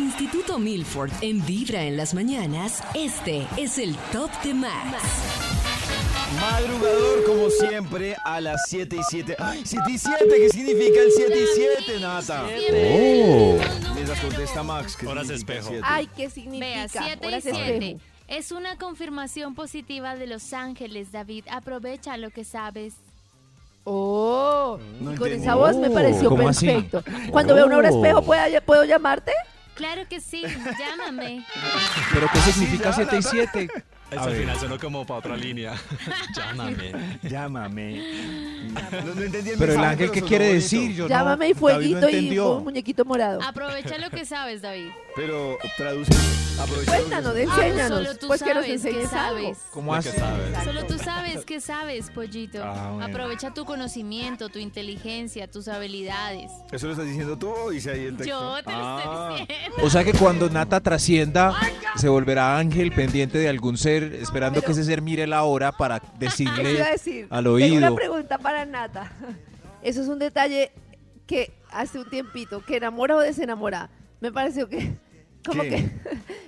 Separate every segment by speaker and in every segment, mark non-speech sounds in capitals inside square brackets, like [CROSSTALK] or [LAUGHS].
Speaker 1: Instituto Milford, en Vibra en las mañanas, este es el Top de Max.
Speaker 2: Madrugador, como siempre, a las 7 y 7. ¡Ay, 7 y 7! ¿Qué significa el 7 y 7, Nata?
Speaker 3: Oh.
Speaker 2: Mientras contesta Max. ¿qué
Speaker 4: Horas
Speaker 2: significa
Speaker 4: espejo.
Speaker 2: siete?
Speaker 5: Ay, ¿qué significa?
Speaker 3: Vea, 7
Speaker 5: Horas
Speaker 3: y
Speaker 5: espejo.
Speaker 3: 7. Es una confirmación positiva de Los Ángeles, David. Aprovecha lo que sabes.
Speaker 5: Oh,
Speaker 2: No
Speaker 5: y con
Speaker 2: entendí.
Speaker 5: esa voz
Speaker 6: Oh,
Speaker 5: me pareció
Speaker 4: ¿Cómo así?
Speaker 5: perfecto. Cuando veo una hora
Speaker 2: Oh.
Speaker 5: espejo, ¿puedo, ¿puedo llamarte?
Speaker 3: Claro que
Speaker 5: [LAUGHS]
Speaker 3: sí, llámame.
Speaker 6: ¿Pero qué significa 7 y 7?
Speaker 4: Eso al final sonó como para
Speaker 6: [LAUGHS]
Speaker 4: otra línea. Llámame.
Speaker 2: Llámame. No, no entendí el
Speaker 6: Pero el
Speaker 2: mensaje,
Speaker 6: ángel, ¿qué
Speaker 2: sonó
Speaker 6: quiere
Speaker 2: bonito.
Speaker 6: decir? Yo no-
Speaker 5: Llámame y fueguito
Speaker 2: David no
Speaker 5: y
Speaker 2: entendió.
Speaker 5: un muñequito
Speaker 3: Ah,
Speaker 5: morado.
Speaker 3: Aprovecha lo que sabes, David.
Speaker 2: Pero traduce. aprovecha lo que-
Speaker 3: ah,
Speaker 5: Cuéntanos,
Speaker 3: solo
Speaker 5: enséñanos.
Speaker 3: tú
Speaker 5: Pues que nos
Speaker 3: sabes, que
Speaker 5: enseñes algo.
Speaker 3: sabes.
Speaker 6: ¿Cómo así?
Speaker 3: Solo tú sabes que sabes, pollito.
Speaker 6: Ah, bueno.
Speaker 3: Aprovecha tu conocimiento, tu inteligencia, tus habilidades.
Speaker 2: ¿Eso lo estás diciendo tú o dice ahí el texto?
Speaker 3: Yo te lo
Speaker 2: Ah.
Speaker 3: estoy diciendo.
Speaker 6: O sea que cuando Nata
Speaker 5: Oh
Speaker 6: trascienda, se volverá ángel pendiente de algún ser, esperando que ese ser mire la hora para
Speaker 5: ¿Qué iba a
Speaker 6: decirle
Speaker 5: decir?
Speaker 6: al
Speaker 5: Tengo una
Speaker 6: oído.
Speaker 5: pregunta para Nata. [LAUGHS] Eso es un detalle que hace un tiempito, que enamora o desenamora. Me pareció que, [LAUGHS] como
Speaker 2: ¿Qué?
Speaker 5: que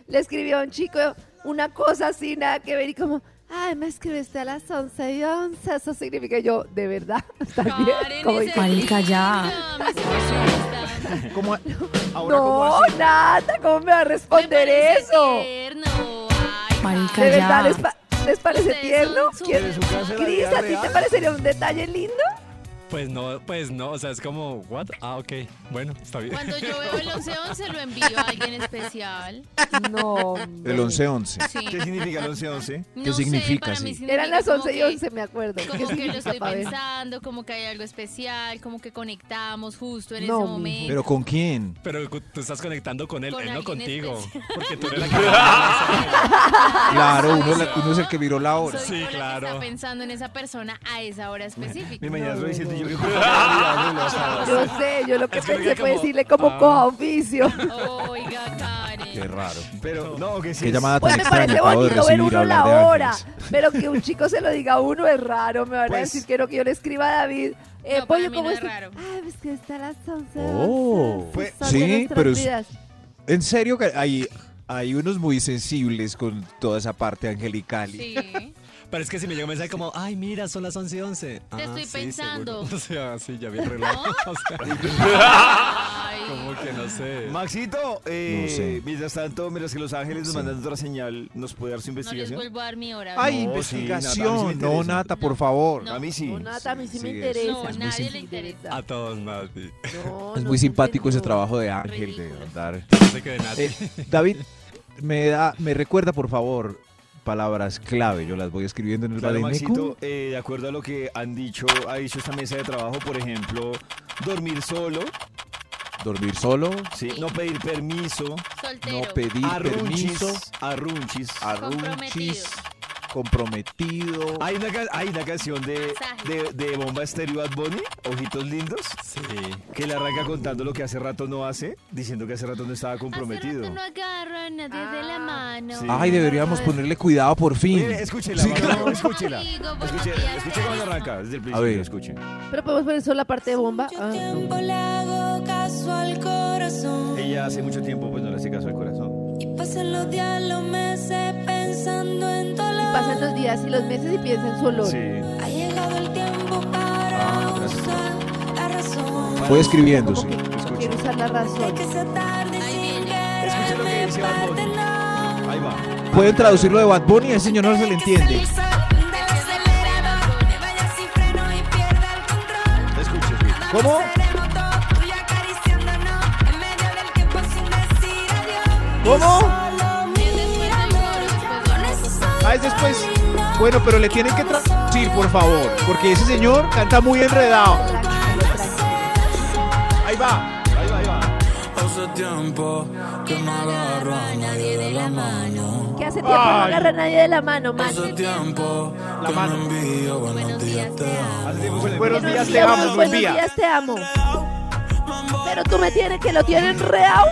Speaker 5: le escribió a un chico una cosa así, nada que ver, y como, ay, me escribiste a las 11 y 11. Eso significa yo, de verdad, [LAUGHS] está [LAUGHS] bien.
Speaker 3: Karen,
Speaker 5: Como
Speaker 3: ese-
Speaker 5: que-
Speaker 3: No, me hace molesta.
Speaker 2: ¿Cómo? Ahora, ¿cómo
Speaker 5: no,
Speaker 2: así?
Speaker 5: Nata, ¿cómo me va a responder
Speaker 3: Me parece
Speaker 5: eso?
Speaker 3: tierno. Ay,
Speaker 5: ¿De verdad les, pa- les parece
Speaker 3: Ustedes
Speaker 5: tierno?
Speaker 3: son
Speaker 5: ¿Quién-
Speaker 3: súper-
Speaker 2: ¿Su casa en la
Speaker 5: Cris,
Speaker 2: vida
Speaker 5: ¿a ti te
Speaker 2: real?
Speaker 5: parecería un detalle lindo?
Speaker 4: Pues no, pues no, o sea, es como, ¿what? Ah, ok, bueno, está bien.
Speaker 3: Cuando yo veo el 11-11 lo envío a alguien especial.
Speaker 5: No.
Speaker 6: El 11-11.
Speaker 3: Sí.
Speaker 2: ¿Qué significa el 11-11?
Speaker 3: No
Speaker 6: ¿Qué
Speaker 3: sé,
Speaker 6: significa,
Speaker 3: para
Speaker 6: sí?
Speaker 3: mí significa
Speaker 5: Eran las
Speaker 3: como
Speaker 5: 11 y
Speaker 3: que-
Speaker 5: 11, me acuerdo.
Speaker 3: Como que lo estoy
Speaker 5: Pa' ver.
Speaker 3: pensando, como que hay algo especial, como que conectamos justo en
Speaker 5: No,
Speaker 3: ese
Speaker 5: mijo.
Speaker 3: momento.
Speaker 6: ¿Pero con quién?
Speaker 4: Pero cu- tú estás conectando con él,
Speaker 3: Con
Speaker 4: él no
Speaker 3: alguien
Speaker 4: contigo.
Speaker 3: especial.
Speaker 4: Porque tú eres la que.
Speaker 6: Claro, uno, es la- uno es el que miró la hora.
Speaker 3: Soy
Speaker 4: Sí,
Speaker 3: yo la que
Speaker 4: claro.
Speaker 3: está pensando en esa persona a esa hora específica.
Speaker 2: Mi mañana soy 7 y yo creo que.
Speaker 5: Yo sé, yo lo que
Speaker 4: Es que
Speaker 5: pensé fue
Speaker 4: diga como,
Speaker 5: decirle como
Speaker 4: ah.
Speaker 5: coja
Speaker 6: [LAUGHS]
Speaker 5: oficio.
Speaker 3: Oiga,
Speaker 6: Qué
Speaker 3: Karen.
Speaker 6: raro.
Speaker 2: Pero, no, que sí.
Speaker 6: Qué
Speaker 2: es-
Speaker 6: llamada
Speaker 5: Pues
Speaker 6: tan
Speaker 5: me parece
Speaker 6: extraña. acabo de
Speaker 5: bonito ver
Speaker 6: recibir
Speaker 5: uno
Speaker 6: hablar
Speaker 5: la
Speaker 6: de
Speaker 5: hora,
Speaker 6: ángeles.
Speaker 5: pero que un chico se lo diga a uno es raro. Me van a
Speaker 2: Pues-
Speaker 5: decir, quiero que yo le escriba a David. Eh,
Speaker 3: No, para
Speaker 5: pollo,
Speaker 3: mí
Speaker 5: ¿cómo
Speaker 3: no es
Speaker 5: es? que-
Speaker 3: raro.
Speaker 5: Ay, pues que está a las 11.
Speaker 6: Oh.
Speaker 5: once,
Speaker 2: Pues-
Speaker 5: son
Speaker 6: Sí,
Speaker 5: de nuestras
Speaker 6: pero es-
Speaker 5: vidas.
Speaker 6: En serio que hay, hay unos muy sensibles con toda esa parte angelical.
Speaker 3: Sí.
Speaker 4: Pero es que si me llega un mensaje como, ay, mira, son las 11 y 11. Te
Speaker 3: estoy pensando.
Speaker 4: [LAUGHS] O sea, sí, ya vi el reloj. O sea,
Speaker 3: Ay.
Speaker 4: como que no sé.
Speaker 2: Maxito, eh,
Speaker 6: No sé.
Speaker 2: mientras tanto, mientras que Los Ángeles nos
Speaker 6: Sí.
Speaker 2: mandan otra señal, ¿nos puede dar su
Speaker 3: No les
Speaker 2: investigación?
Speaker 3: vuelvo a dar mi hora.
Speaker 6: Ay,
Speaker 2: No, sí, Nata, a mí sí me
Speaker 6: investigación. no,
Speaker 2: interesa.
Speaker 6: Nata, por favor.
Speaker 3: No.
Speaker 2: a mí sí.
Speaker 5: No, Nata, a mí sí,
Speaker 6: sí,
Speaker 5: me
Speaker 6: es-
Speaker 5: interesa.
Speaker 3: no,
Speaker 6: es muy
Speaker 3: nadie
Speaker 6: sim-
Speaker 3: le interesa.
Speaker 4: A todos, Nati.
Speaker 5: No,
Speaker 6: Es
Speaker 5: no, no,
Speaker 6: muy simpático ese
Speaker 5: no.
Speaker 6: trabajo de Ángel de
Speaker 3: Ridículo.
Speaker 6: andar.
Speaker 4: Yo sé que de Nati.
Speaker 6: Eh, David, me da, me recuerda por favor palabras clave. Yo las voy escribiendo en el
Speaker 2: Claro,
Speaker 6: vademécum.
Speaker 2: Maxito, eh, de acuerdo a lo que han dicho, ha dicho esta mesa de trabajo, por ejemplo, dormir solo,
Speaker 6: Dormir solo,
Speaker 2: ¿sí? no pedir permiso,
Speaker 3: Soltero.
Speaker 6: no pedir
Speaker 2: arrunchis,
Speaker 6: permiso,
Speaker 2: arrunchis.
Speaker 6: arrunchis, comprometido.
Speaker 2: Hay una, ca- hay una canción de, de, de Bomba Estéreo Bad Bunny, Ojitos Lindos,
Speaker 4: Sí.
Speaker 2: que le arranca contando lo que hace rato no hace, diciendo que hace rato no estaba comprometido.
Speaker 3: Hace rato no agarro a nadie de la
Speaker 5: Ah.
Speaker 3: mano.
Speaker 2: Sí.
Speaker 6: Ay, deberíamos ponerle cuidado por fin.
Speaker 2: Oye, escúchela,
Speaker 6: Sí,
Speaker 2: Max,
Speaker 6: claro.
Speaker 2: escúchela.
Speaker 3: Amigo, buenos
Speaker 2: Escuche,
Speaker 3: días,
Speaker 2: escuche cómo arranca, desde el principio,
Speaker 6: ver.
Speaker 2: escuche.
Speaker 5: Pero podemos poner solo la parte de bomba.
Speaker 7: Mucho
Speaker 5: Ah.
Speaker 7: tiempo le hago caso al corazón.
Speaker 2: Ella hace mucho tiempo pues no le hace caso al corazón.
Speaker 7: Y pasan los días, los meses pensando en
Speaker 5: Y
Speaker 7: dolor.
Speaker 5: pasan los días y los meses y piensa en su olor.
Speaker 7: Ha llegado el tiempo para
Speaker 6: Ah, gracias.
Speaker 7: usar la razón.
Speaker 6: Voy escribiendo,
Speaker 5: Como
Speaker 6: sí.
Speaker 5: que no quiero usar la
Speaker 7: De
Speaker 5: razón.
Speaker 7: que se tarde
Speaker 3: Ahí
Speaker 7: sin
Speaker 3: viene.
Speaker 2: Escucha lo que
Speaker 7: quererme
Speaker 2: dice Bad Bunny.
Speaker 7: parte, no.
Speaker 2: Ahí va.
Speaker 6: Pueden traducirlo de Bad Bunny, a ese señor no se le entiende.
Speaker 7: Que se desacelera, me vaya sin freno y pierda el control.
Speaker 2: Escuche.
Speaker 6: ¿Cómo?
Speaker 7: Seremos dos, tú y acariciándonos en medio del tiempo sin decir adiós.
Speaker 6: ¿Cómo?
Speaker 7: Solo míranos con esos ojos
Speaker 6: Ah, es después. Bueno, pero le tienen que traducir, por favor, porque ese señor canta muy enredado.
Speaker 5: Tranquilo, tranquilo.
Speaker 6: Ahí va.
Speaker 2: Ahí va, ahí va.
Speaker 8: hace tiempo que no agarra a nadie de la mano.
Speaker 5: Que hace tiempo no agarra a nadie de la mano, man.
Speaker 8: Hace tiempo que no envío buenos días te amo.
Speaker 9: Buenos días, te
Speaker 5: Buenos
Speaker 9: amo, buen
Speaker 5: buenos
Speaker 9: día.
Speaker 5: días, te amo. Pero tú me tienes que lo tienen reao.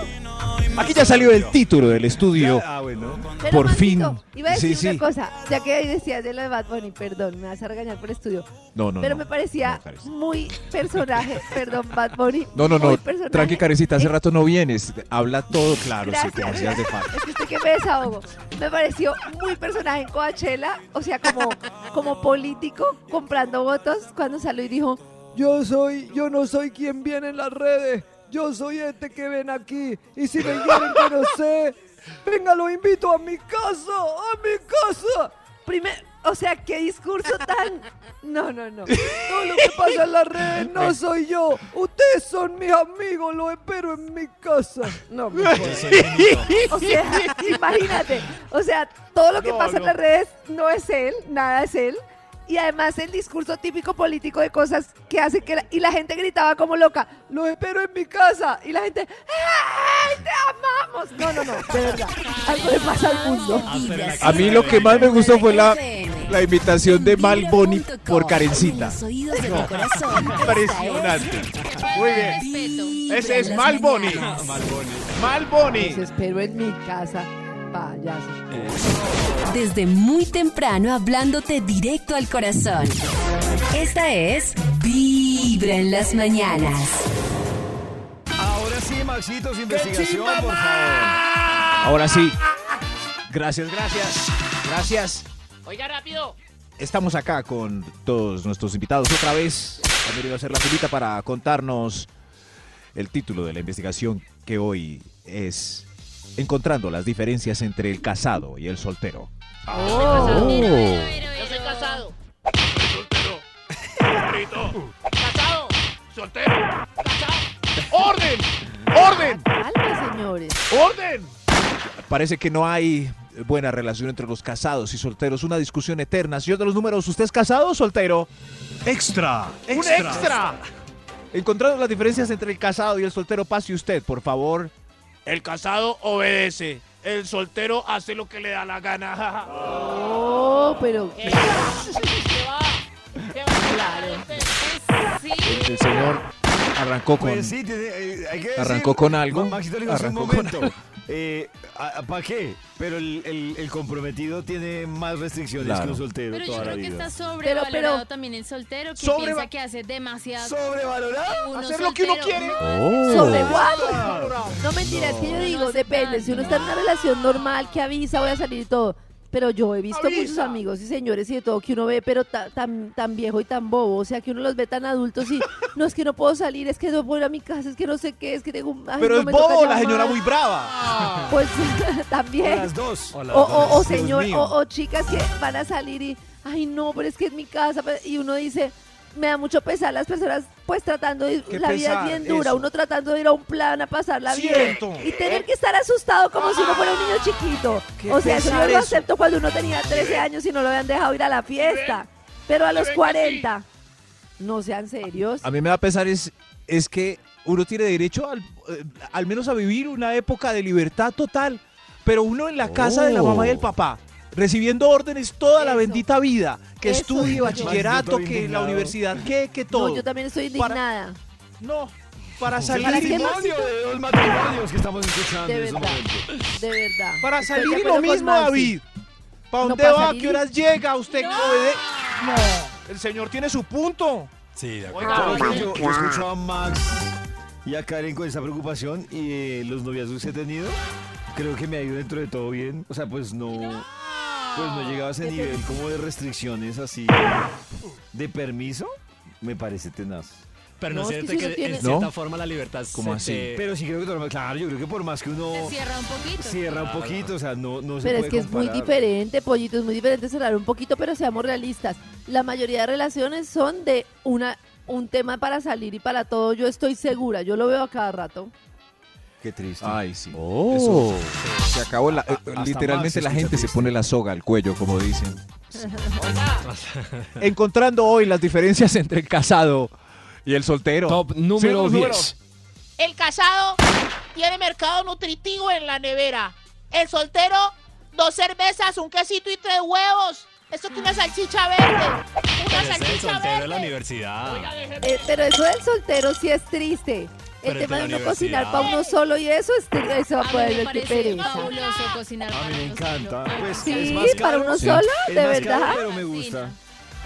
Speaker 6: Aquí ya salió el título del estudio.
Speaker 2: Ah, bueno.
Speaker 5: Pero,
Speaker 6: Por
Speaker 5: Maxito,
Speaker 6: fin.
Speaker 5: Iba a decir
Speaker 6: Sí,
Speaker 5: una
Speaker 6: sí.
Speaker 5: cosa, ya que ahí decías de lo de Bad Bunny, perdón, me vas a regañar por el estudio.
Speaker 6: No, no,
Speaker 5: pero
Speaker 6: no.
Speaker 5: me parecía
Speaker 6: No, Karencita.
Speaker 5: muy personaje, perdón, Bad Bunny.
Speaker 6: No, no,
Speaker 5: muy
Speaker 6: no.
Speaker 5: personaje.
Speaker 6: Tranqui, carecita, hace
Speaker 5: Eh,
Speaker 6: rato no vienes. Habla todo claro, sí,
Speaker 5: Gracias.
Speaker 6: como hacías de
Speaker 10: [LAUGHS]
Speaker 6: falta.
Speaker 5: Es que estoy que me desahogo. Me pareció muy personaje en Coachella, o sea, como, como político comprando votos cuando salió y dijo,
Speaker 10: Yo soy, yo no soy quien viene en las redes. Yo soy este que ven aquí. Y si me quieren conocer, venga, lo invito a mi casa, a mi casa.
Speaker 5: primer, o sea, qué discurso tan... No, no, no.
Speaker 10: Todo lo que pasa en las redes no soy yo. Ustedes son mis amigos, los espero en mi casa. No, me jodas.
Speaker 5: O sea, imagínate. O sea, todo lo que pasa en las redes no es él, nada es él. Y además el discurso típico político de cosas que hace que... la- y la gente gritaba como loca, los espero en mi casa. Y la gente, ¡ay, te amamos! No, no, no, de verdad. Algo le pasa al mundo.
Speaker 6: A mí lo que más me gustó fue la, la invitación de Malboni por Karencita. [LAUGHS]
Speaker 9: Impresionante. Muy bien.
Speaker 3: Respeto.
Speaker 9: Ese es Malboni. Malboni.
Speaker 5: Los espero en mi casa, payaso.
Speaker 1: Desde muy temprano hablándote directo al corazón. Esta es Vibra en las mañanas.
Speaker 2: Ahora sí, Maxito, su investigación, por favor.
Speaker 6: Ahora sí. Gracias, gracias. Gracias.
Speaker 11: Oiga, rápido.
Speaker 6: Estamos acá con todos nuestros invitados otra vez. Han venido a hacer la filita para contarnos el título de la investigación que hoy es Encontrando las diferencias entre el casado y el soltero.
Speaker 11: Oh.
Speaker 6: Oh.
Speaker 11: Yo soy casado. Soltero. Soltero. Casado.
Speaker 9: Soltero. ¡Orden! ¡Orden!
Speaker 5: Calma, señores.
Speaker 9: ¡Orden!
Speaker 6: Parece que no hay buena relación entre los casados y solteros. Una discusión eterna. Señor de los números, ¿usted es casado o soltero?
Speaker 9: ¡Un extra!
Speaker 6: Encontrando las diferencias entre el casado y el soltero, pase usted, por favor.
Speaker 11: El casado obedece. El soltero hace lo que le da la gana. [LAUGHS]
Speaker 5: Oh, pero...
Speaker 11: ¿Qué va? ¿Qué va? Claro.
Speaker 6: El, el señor arrancó con...
Speaker 2: Pues sí, tiene, eh, hay que decir-
Speaker 6: Arrancó con algo,
Speaker 2: Ma- Maxito le dijo hace un
Speaker 6: arrancó con
Speaker 2: momento. [LAUGHS] Eh, ¿Para qué? Pero el, el- el comprometido tiene más restricciones
Speaker 6: Claro.
Speaker 2: que un soltero
Speaker 3: Pero yo
Speaker 2: toda la
Speaker 3: creo que
Speaker 2: vida.
Speaker 3: está sobrevalorado
Speaker 5: Pero- pero-
Speaker 3: también el soltero, que
Speaker 9: Sobreva-
Speaker 3: piensa que hace demasiado.
Speaker 2: ¿Sobrevalorado?
Speaker 3: Uno
Speaker 9: Hacer lo que uno
Speaker 3: soltero-
Speaker 9: quiere.
Speaker 5: ¿Sobre
Speaker 6: Oh.
Speaker 5: what? No mentiras, que yo digo,
Speaker 3: No,
Speaker 5: depende. Si uno está en una relación normal, que avisa, voy a salir y todo. Pero yo he visto
Speaker 9: Avisa.
Speaker 5: muchos amigos y señores y de todo que uno ve, pero ta- tan, tan viejo y tan bobo. O sea, que uno los ve tan adultos y no es que no puedo salir, es que no puedo ir a mi casa, es que no sé qué, es que tengo un. ay,
Speaker 6: Pero
Speaker 5: no
Speaker 6: es
Speaker 5: me toca
Speaker 6: bobo, la
Speaker 5: llamar.
Speaker 6: señora muy brava.
Speaker 5: Pues [LAUGHS]
Speaker 2: O
Speaker 5: también.
Speaker 2: Las dos.
Speaker 4: Hola,
Speaker 5: O, o, o
Speaker 6: Dios
Speaker 5: señor,
Speaker 6: mío.
Speaker 5: o, o chicas que van a salir y, ay no, pero es que es mi casa. pero- Y uno dice, me da mucho pesar las personas, pues tratando de,
Speaker 6: Qué
Speaker 5: la vida
Speaker 6: pesar,
Speaker 5: es bien dura,
Speaker 6: eso.
Speaker 5: uno tratando de ir a un plan a pasarla bien.
Speaker 6: Cierto.
Speaker 5: Y tener que estar asustado como si uno fuera un niño chiquito.
Speaker 6: Qué
Speaker 5: O sea, eso yo
Speaker 6: pesar
Speaker 5: lo
Speaker 6: eso.
Speaker 5: acepto cuando uno tenía 13 años y no lo habían dejado ir a la fiesta. Pero a los 40, no sean serios.
Speaker 6: A mí me da pesar es, es que uno tiene derecho al, eh, al menos a vivir una época de libertad total, pero uno en la casa de la mamá y el papá, recibiendo órdenes toda la
Speaker 5: Oh. Eso.
Speaker 6: bendita vida, que
Speaker 5: Eso
Speaker 6: estudie
Speaker 5: digo yo.
Speaker 6: bachillerato,
Speaker 2: Más
Speaker 6: que la
Speaker 2: indignado.
Speaker 6: universidad, que, que todo.
Speaker 5: No, yo también estoy
Speaker 6: Para-
Speaker 5: indignada.
Speaker 6: No, para
Speaker 2: El
Speaker 6: salir,
Speaker 5: ¿Para
Speaker 6: y-
Speaker 5: qué más?
Speaker 2: matrimonio de dos matrimonios que estamos escuchando
Speaker 5: De
Speaker 2: en este
Speaker 5: verdad.
Speaker 2: momento.
Speaker 5: De verdad.
Speaker 6: para
Speaker 5: Estoy de
Speaker 6: salir y
Speaker 5: acuerdo
Speaker 6: lo
Speaker 5: con
Speaker 6: mismo,
Speaker 5: Maxi.
Speaker 6: David. ¿Para
Speaker 5: No,
Speaker 6: dónde
Speaker 5: para
Speaker 6: va? ¿A
Speaker 5: salir
Speaker 6: qué
Speaker 5: y-
Speaker 6: horas llega? ¿Usted obede- No, el señor tiene su punto.
Speaker 4: Sí, de acuerdo.
Speaker 5: Ah,
Speaker 2: Claro
Speaker 11: Oiga,
Speaker 2: que yo, yo escucho a Max y a Karen con esa preocupación y eh, los noviazgos que he tenido, creo que me ha ido dentro de todo bien. O sea, pues no, pues no llegaba a ese nivel como de restricciones así de permiso. Me parece tenaz.
Speaker 4: Pero
Speaker 5: No, es
Speaker 4: no,
Speaker 5: que
Speaker 4: siente
Speaker 5: si
Speaker 4: que,
Speaker 5: uno tiene-
Speaker 4: en cierta
Speaker 6: ¿No?
Speaker 4: forma la libertad
Speaker 6: ¿Cómo
Speaker 4: se te-
Speaker 2: Pero sí creo que, todo- claro, yo creo que por más que uno
Speaker 3: Se cierra un poquito.
Speaker 2: cierra un poquito, o sea, no, no se
Speaker 5: Pero es
Speaker 2: puede
Speaker 5: que es muy
Speaker 2: comparar.
Speaker 5: diferente, pollito, es muy diferente cerrar un poquito, pero seamos realistas. La mayoría de relaciones son de una un tema para salir y para todo. Yo estoy segura, yo lo veo a cada rato.
Speaker 2: Qué triste.
Speaker 6: Ay, sí.
Speaker 4: Oh.
Speaker 6: Eso, se acabó la, eh,
Speaker 2: hasta Max
Speaker 6: literalmente
Speaker 2: se
Speaker 6: la
Speaker 2: escucha
Speaker 6: gente se
Speaker 2: triste.
Speaker 6: pone la soga al cuello, como dicen. Encontrando hoy las diferencias entre el casado y el soltero.
Speaker 4: Top número
Speaker 6: Señor de los
Speaker 4: 10.
Speaker 6: números.
Speaker 11: El casado
Speaker 12: tiene mercado nutritivo en la nevera. El soltero, dos cervezas, un quesito y tres huevos. Esto que una salchicha verde. Una
Speaker 4: Ese es el
Speaker 12: salchicha
Speaker 4: soltero
Speaker 12: verde.
Speaker 4: de la universidad.
Speaker 5: Eh, pero eso del soltero sí es triste. El
Speaker 4: Pero
Speaker 5: tema
Speaker 4: de
Speaker 5: de
Speaker 4: la
Speaker 5: uno cocinar
Speaker 4: universidad.
Speaker 5: para uno solo y eso es tri- eso va a
Speaker 3: mí
Speaker 5: poder
Speaker 3: me
Speaker 5: ser qué
Speaker 3: parece
Speaker 5: pereza.
Speaker 3: fabuloso cocinar
Speaker 2: A mí
Speaker 3: para
Speaker 2: me
Speaker 3: uno
Speaker 2: encanta.
Speaker 3: solo.
Speaker 2: Pues
Speaker 3: Sí,
Speaker 2: es más
Speaker 5: ¿para
Speaker 2: caro.
Speaker 5: uno solo?
Speaker 2: Es más
Speaker 5: ¿De
Speaker 2: caro,
Speaker 5: verdad?
Speaker 2: pero me gusta.